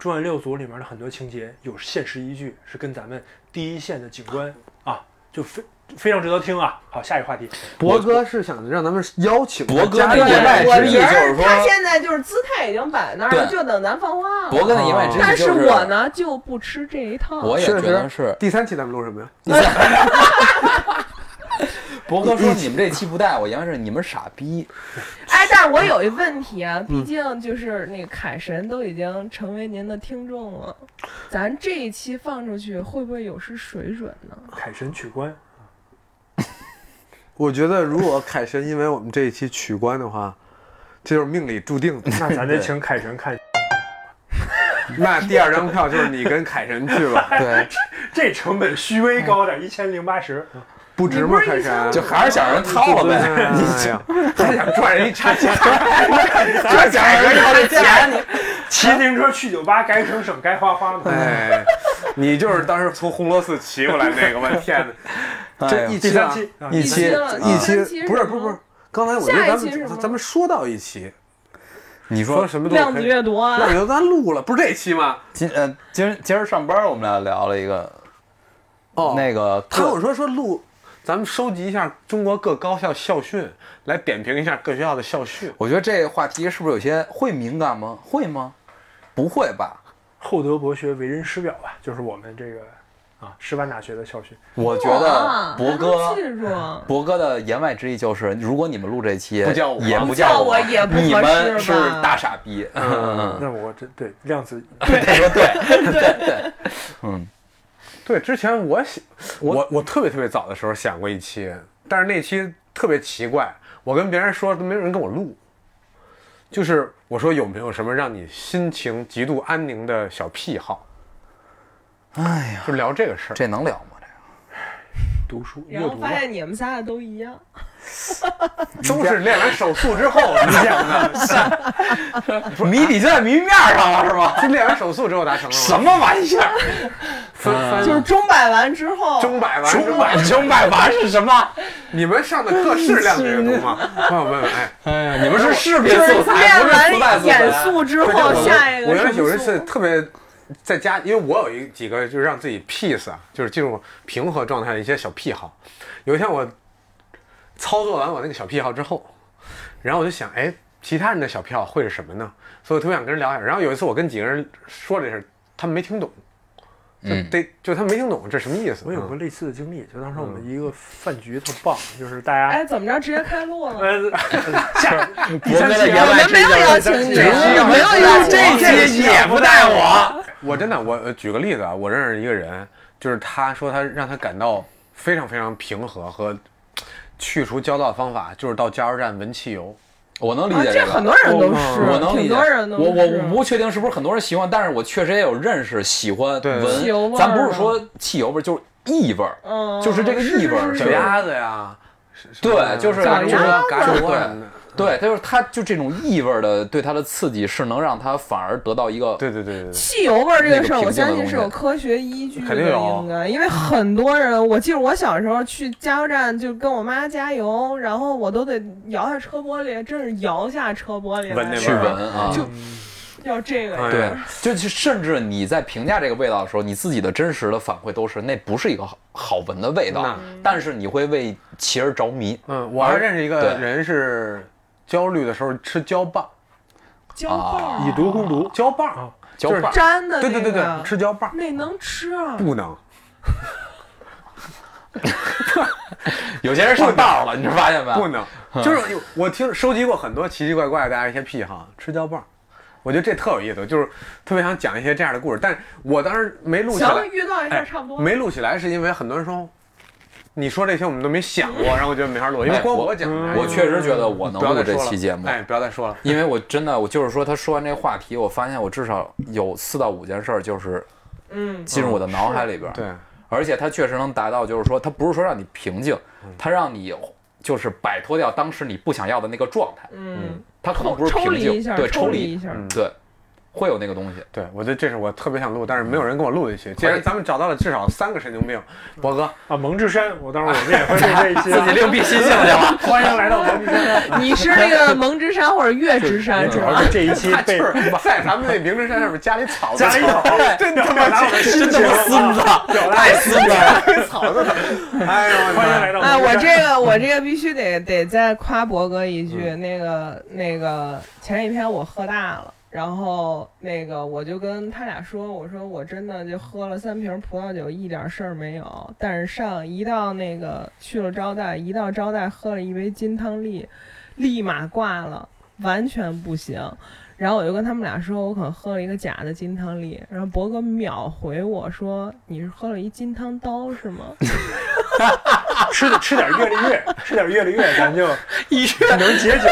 Speaker 2: 重案六组里面的很多情节有现实依据，是跟咱们第一线的警官啊，就非非常值得听啊。好，下一个话题，
Speaker 1: 博哥是想让咱们邀请
Speaker 3: 博哥
Speaker 1: 嘉
Speaker 3: 那
Speaker 1: 宾
Speaker 3: 个
Speaker 1: 来
Speaker 3: 外
Speaker 4: 我
Speaker 3: 之意
Speaker 4: 觉
Speaker 3: 就是
Speaker 4: 得
Speaker 3: 说
Speaker 4: 他现在就是姿态已经摆那儿了，
Speaker 3: 对
Speaker 4: 就等咱放话了。
Speaker 3: 博哥的言外之
Speaker 4: 但
Speaker 3: 意哦就是
Speaker 4: 我，呢就不吃这一套。
Speaker 3: 我也觉得 是。
Speaker 1: 第三期咱们录什么呀？
Speaker 3: 博哥说你们这期不带我，言外之意你们傻逼。
Speaker 4: 哎，但是我有一问题
Speaker 3: 嗯
Speaker 4: 啊，毕竟就是那个凯神都已经成为您的听众了，咱这一期放出去会不会有失水准呢？
Speaker 2: 凯神取关，
Speaker 1: 我觉得如果凯神因为我们这一期取关的话，这就是命里注定的。
Speaker 2: 那咱得请凯神看，
Speaker 1: 那第二张票就是你跟凯神去吧，
Speaker 3: 对，
Speaker 2: 这成本虚微高点，一千零八十。
Speaker 1: 不值吗？凯神
Speaker 3: 就还是想让人掏了 呗。
Speaker 1: 哎呀，还想赚人一差价，
Speaker 3: 就想让人掏这钱，你
Speaker 2: 骑自行车去酒吧，该省省，该花花嘛。
Speaker 1: 哎，你就是当时从红螺寺骑过来那个，我天哪！
Speaker 4: 哎
Speaker 1: 这一期
Speaker 2: 第三
Speaker 1: 啊
Speaker 2: 期，啊
Speaker 1: 一
Speaker 4: 期
Speaker 1: 一
Speaker 4: 了第三期
Speaker 1: 期
Speaker 4: 是
Speaker 1: 不是
Speaker 4: 什么
Speaker 1: 不是不是，刚才我觉得
Speaker 4: 下一
Speaker 1: 咱
Speaker 4: 期是什
Speaker 1: 们
Speaker 4: 么
Speaker 1: 咱们说到一期，
Speaker 3: 你
Speaker 1: 说什么都
Speaker 4: 量
Speaker 1: 可
Speaker 4: 子
Speaker 1: 以。
Speaker 4: 阅读啊
Speaker 1: 那，我就咱录了，不是这期吗？
Speaker 3: 今呃今儿今儿上班我们俩聊了一个，
Speaker 1: 哦，
Speaker 3: 那个
Speaker 1: 他跟
Speaker 3: 各
Speaker 1: 我说说录，咱们收集一下中国各高校校训，来点评一下各学校的校训。
Speaker 3: 我觉得这话题是不是有些会敏感吗？会吗？不会吧？
Speaker 2: 厚德博学，为人师表吧，就是我们这个啊，师范大学的校训。
Speaker 3: 我啊觉得
Speaker 4: 哇
Speaker 3: 博
Speaker 4: 还
Speaker 3: 哥
Speaker 4: 能，记住啊
Speaker 3: 博哥的言外之意就是，如果你们录这期，
Speaker 1: 不叫我
Speaker 3: 也
Speaker 4: 不
Speaker 3: 叫
Speaker 4: 叫我也不合适
Speaker 3: 你们是
Speaker 4: 吧
Speaker 3: 大傻逼。嗯，
Speaker 2: 那我真对量子
Speaker 3: 对对对对，嗯，
Speaker 1: 对，之前我想，我我特别特别早的时候想过一期，但是那期特别奇怪，我跟别人说都没有人跟我录，就是我说有没有什么让你心情极度安宁的小癖好，
Speaker 3: 哎呀，
Speaker 1: 就聊这个事儿。
Speaker 3: 这能聊吗？这个
Speaker 2: 读书阅
Speaker 4: 然后
Speaker 2: 读
Speaker 4: 发
Speaker 2: 吧。
Speaker 4: 现你们仨的都一样，
Speaker 1: 都是练完手术 之后想的，
Speaker 3: 谜底就在谜面上了，是吗？
Speaker 1: 是练完手术之后达成了吗？
Speaker 3: 什么玩意儿？
Speaker 1: 分
Speaker 3: 嗯
Speaker 1: 分
Speaker 4: 就是钟摆完之后，
Speaker 1: 钟摆完
Speaker 3: 中
Speaker 1: 钟摆，
Speaker 3: 百中百娃是什么？
Speaker 1: 你们上的课是量子阅读 吗？朋友们，哎，
Speaker 3: 哎呀，你们是视频
Speaker 4: 就是
Speaker 3: 素材，
Speaker 4: 练
Speaker 3: 不是磁带
Speaker 4: 完
Speaker 3: 素材
Speaker 4: 演。速之
Speaker 1: 对
Speaker 4: 后，
Speaker 1: 我
Speaker 4: 哦下一个
Speaker 1: 我原来
Speaker 4: 什么
Speaker 1: 有一
Speaker 4: 速
Speaker 1: 次特别在家，因为我有一几个就是让自己 peace 啊，就是进入平和状态的一些小癖好。有一天我操作完我那个小癖好之后，然后我就想，哎，其他人的小癖好会是什么呢？所以我特别想跟人聊一下。然后有一次我跟几个人说这事儿，他们没听懂，就
Speaker 3: 嗯
Speaker 1: 得、就他们没听懂这什么意思。
Speaker 2: 我有过
Speaker 1: 嗯
Speaker 2: 类似的经历，就当时我们一个饭局特棒，就是大家
Speaker 4: 哎，怎么着直接开录了？
Speaker 2: 呃，下第
Speaker 3: 博哥
Speaker 2: 三
Speaker 3: 的
Speaker 2: 期啊
Speaker 3: 言
Speaker 4: 我
Speaker 3: 外
Speaker 4: 们
Speaker 3: 之
Speaker 4: 没
Speaker 3: 意就
Speaker 4: 有
Speaker 3: 是
Speaker 4: 邀请你，
Speaker 1: 这期
Speaker 4: 我们没有邀请你。
Speaker 3: 这期也不带我。
Speaker 1: 我真的，我呃举个例子啊，我认识一个人，就是他说他让他感到非常非常平和和去除焦躁的方法就是到加油站闻汽油。
Speaker 3: 我能理
Speaker 4: 啊，
Speaker 3: 解
Speaker 4: 这
Speaker 3: 个
Speaker 4: 很多人都是，
Speaker 3: 我能理
Speaker 4: 挺
Speaker 3: 解，
Speaker 4: 多人都
Speaker 3: 我我我
Speaker 4: 是。
Speaker 3: 不确定是不是很多人喜欢，但是我确实也有认识喜欢
Speaker 1: 对
Speaker 3: 闻
Speaker 4: 汽油味儿
Speaker 3: 咱不是说汽油味儿，就是异味儿。
Speaker 4: 嗯，
Speaker 3: 就是这个异味儿
Speaker 4: 是
Speaker 1: 脚
Speaker 4: 是是
Speaker 1: 丫子呀，
Speaker 3: 对，就是
Speaker 1: 嘎吱
Speaker 3: 就是
Speaker 1: 窝嘎吱窝
Speaker 3: 对
Speaker 1: 什么的。
Speaker 3: 对，就是它就这种异味儿的对它的刺激是能让它反而得到一个
Speaker 1: 对对对对对，
Speaker 4: 汽油味儿这个事儿，
Speaker 3: 那个
Speaker 4: 我
Speaker 3: 瓶子的
Speaker 4: 相
Speaker 3: 东
Speaker 4: 信
Speaker 3: 西
Speaker 4: 是有科学依据的，
Speaker 1: 肯定有
Speaker 4: 应该，因为很多人，我记得我小时候去加油站，就跟我妈加油，然后我都得摇下车玻璃，真是摇下车玻璃
Speaker 1: 闻
Speaker 4: 来
Speaker 1: 那
Speaker 3: 去
Speaker 1: 味儿
Speaker 3: 闻啊。
Speaker 4: 就要这个。
Speaker 1: 哎
Speaker 3: 对
Speaker 1: 呀，
Speaker 3: 就就甚至你在评价这个味道的时候，你自己的真实的反馈都是那不是一个好好闻的味道
Speaker 1: 那，
Speaker 3: 但是你会为其而着迷。
Speaker 1: 嗯，我还认识一个
Speaker 3: 对
Speaker 1: 人是焦虑的时候吃胶棒，
Speaker 4: 胶棒
Speaker 3: 啊
Speaker 2: 以毒攻毒，
Speaker 1: 胶棒
Speaker 2: 啊，
Speaker 3: 胶
Speaker 1: 就是
Speaker 3: 棒
Speaker 4: 粘的那
Speaker 1: 对
Speaker 4: 个，
Speaker 1: 对对对，吃胶棒
Speaker 4: 那能吃啊？
Speaker 1: 不能，
Speaker 3: 有些人上道了，你发现没？
Speaker 1: 不 能，就是有我听收集过很多奇奇怪怪的大家一些癖好，吃胶棒，我觉得这特有意思，就是特别想讲一些这样的故事，但是我当时没录起
Speaker 4: 行，
Speaker 1: 来，
Speaker 4: 预告一下，
Speaker 1: 哎
Speaker 4: 差不多。
Speaker 1: 没录起来是因为很多人说，你说这些我们都没想过，然后我觉得没法录，因为
Speaker 3: 哎
Speaker 1: 光
Speaker 3: 我
Speaker 1: 我讲的，
Speaker 3: 我确实觉得我能
Speaker 1: 不要
Speaker 3: 录
Speaker 1: 再
Speaker 3: 这
Speaker 1: 说了
Speaker 3: 期节目，
Speaker 1: 哎，不要再说了，
Speaker 3: 因为我真的我就是说，他说完这个话题，我发现我至少有四到五件事儿就是
Speaker 4: 嗯，
Speaker 3: 进入我的脑海里边儿。
Speaker 1: 对，
Speaker 3: 而且它确实能达到，就是说它不是说让你平静，它让你就是摆脱掉当时你不想要的那个状态。
Speaker 4: 嗯，
Speaker 3: 它可能不是
Speaker 4: 抽
Speaker 3: 平
Speaker 4: 离一
Speaker 3: 静，
Speaker 4: 下，
Speaker 3: 对，
Speaker 4: 抽
Speaker 3: 抽
Speaker 4: 离一
Speaker 3: 离，
Speaker 4: 下。
Speaker 1: 嗯
Speaker 3: 对，会有那个东西。
Speaker 1: 对，我觉得这是我特别想录，但是没有人跟我录的一期。既然咱们找到了至少三个神经病，博哥，
Speaker 2: 啊，蒙之山，我当时我们也会录这一期 啊。
Speaker 3: 另辟蹊径 去了。
Speaker 2: 欢迎来到蒙之山，
Speaker 4: 你是那个蒙之山或者月之山
Speaker 2: 主
Speaker 4: 是
Speaker 2: 要
Speaker 4: 吧？
Speaker 2: 是这一期 被
Speaker 1: 在咱们那明知山上面加了一草字
Speaker 2: 加
Speaker 1: 头，
Speaker 2: 了一草，
Speaker 1: 真他妈
Speaker 2: 表达我的啊
Speaker 1: 真
Speaker 2: 心
Speaker 1: 他
Speaker 2: 情
Speaker 1: 妈
Speaker 3: 孙子，太孙子 了！
Speaker 1: 加了一草字头，哎呦，
Speaker 2: 欢迎来
Speaker 1: 到
Speaker 2: 到
Speaker 4: 哎，
Speaker 2: 蒙
Speaker 4: 我
Speaker 2: 之山。
Speaker 4: 这 嗯个我这个必须得得再夸博哥一句，那个那个前几天我喝大了。然后那个我就跟他俩说，我说我真的就喝了三瓶葡萄酒，一点事儿没有。但是上一到那个去了招待，一到招待喝了一杯金汤力，立马挂了，完全不行。然后我就跟他们俩说，我可能喝了一个假的金汤力。然后博哥秒回我说，你是喝了一金汤刀是吗？
Speaker 2: 吃吃点月丽月，吃点月丽月，咱就
Speaker 3: 一
Speaker 2: 能解酒。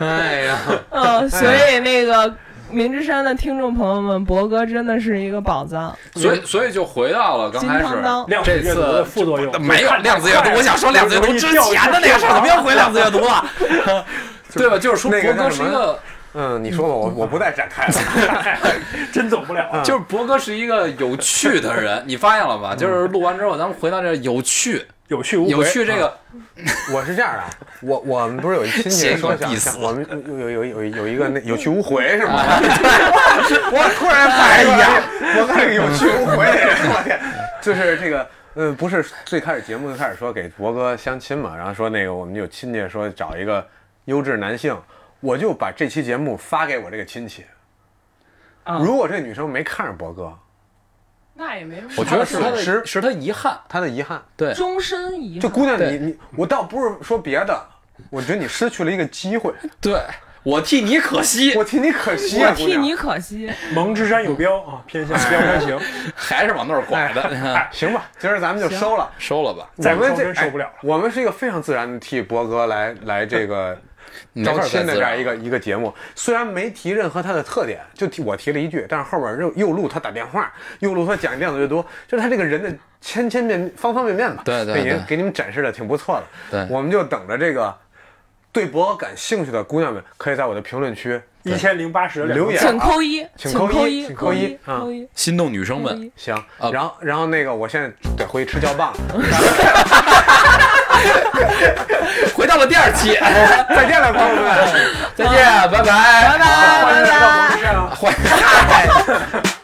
Speaker 3: 哎呀，
Speaker 4: 嗯，所以那个明之山的听众朋友们，博哥真的是一个宝藏。
Speaker 3: 所以所以就回到了刚
Speaker 4: 金
Speaker 3: 开
Speaker 4: 汤
Speaker 3: 始
Speaker 4: 刀
Speaker 2: 量子阅读的副作用
Speaker 3: 没有量子阅读，我想说量子阅读之前的那个事儿，怎么又回量子阅读了？对吧？就是说，
Speaker 1: 那
Speaker 3: 博
Speaker 1: 个
Speaker 3: 哥
Speaker 1: 叫
Speaker 3: 是
Speaker 1: 什
Speaker 3: 一
Speaker 1: 么
Speaker 3: 个，
Speaker 1: 嗯，你说吧，我我不再展开了。
Speaker 2: 真走不了。
Speaker 3: 就是博哥是一个有趣的 人，你发现了吧？就是录完之后，咱们回到这儿有趣，
Speaker 2: 有去无回，啊
Speaker 3: 有趣这个
Speaker 1: 我是这样的，啊我我们不是有一亲戚说
Speaker 3: 见过
Speaker 1: 想
Speaker 3: 必死
Speaker 1: 想我们有有有有有一个那有去无 回是吗？哎我突 然发现，我那个有去无回的人，我 天，就是这个。呃，嗯不是最开始节目就开始说给博哥相亲嘛，然后说那个我们有亲戚说找一个优质男性，我就把这期节
Speaker 4: 啊
Speaker 1: 目发给我这个亲戚。如果这女生没看上博哥，
Speaker 4: 那也没什么。
Speaker 3: 我觉得是他
Speaker 1: 损失
Speaker 3: 的是他遗憾，
Speaker 1: 他的遗憾。
Speaker 3: 对，
Speaker 4: 终身遗
Speaker 1: 这
Speaker 4: 憾。
Speaker 1: 姑娘你，
Speaker 3: 对
Speaker 1: 你我倒不是说别的，我觉得你失去了一个机会，
Speaker 3: 对我替你可 惜，
Speaker 1: 我替你可惜
Speaker 5: 我
Speaker 1: 啊，姑
Speaker 5: 替
Speaker 1: 娘
Speaker 5: 你可惜。
Speaker 2: 蒙之山有标啊，偏向标山 行。
Speaker 3: 还是往那儿拐的，嗯
Speaker 1: 行吧，今儿咱们就收了。
Speaker 3: 收了吧，
Speaker 1: 我
Speaker 2: 再不
Speaker 1: 们
Speaker 2: 收
Speaker 1: 这
Speaker 2: 真受不了了
Speaker 1: 哎我们是一个非常自然的替博哥来来这个
Speaker 3: 没法
Speaker 1: 招
Speaker 3: 再
Speaker 1: 亲的
Speaker 3: 自
Speaker 1: 这样
Speaker 3: 然
Speaker 1: 一个一个节目，虽然没提任何他的特点，就提我提了一句，但是后面又又录他打电话，又录他讲量子阅读，就是他这个人的千千面方方面面吧，
Speaker 3: 对对
Speaker 1: 被您
Speaker 3: 对
Speaker 1: 给你们展示的挺不错的。
Speaker 3: 对
Speaker 1: 我们就等着这个对博哥感兴趣的姑娘们，可以在我的评论区
Speaker 2: 一千零八十
Speaker 1: 留言
Speaker 5: 请扣 一，
Speaker 1: 请扣一
Speaker 5: 扣一，
Speaker 1: 请扣
Speaker 5: 扣
Speaker 1: 一啊
Speaker 3: 嗯
Speaker 5: 扣一，
Speaker 3: 心动女生
Speaker 5: 扣
Speaker 3: 们，
Speaker 5: 一。
Speaker 1: 行，
Speaker 3: 啊
Speaker 1: 然后然后那个我现在得回去吃胶棒了，
Speaker 3: 回到了第二期，哎
Speaker 1: 再见了，朋友们。
Speaker 3: 嗯再见，拜拜，拜
Speaker 5: 拜
Speaker 2: 欢迎来到
Speaker 5: 拜。
Speaker 2: 蒙之 山啊。
Speaker 3: 欢迎。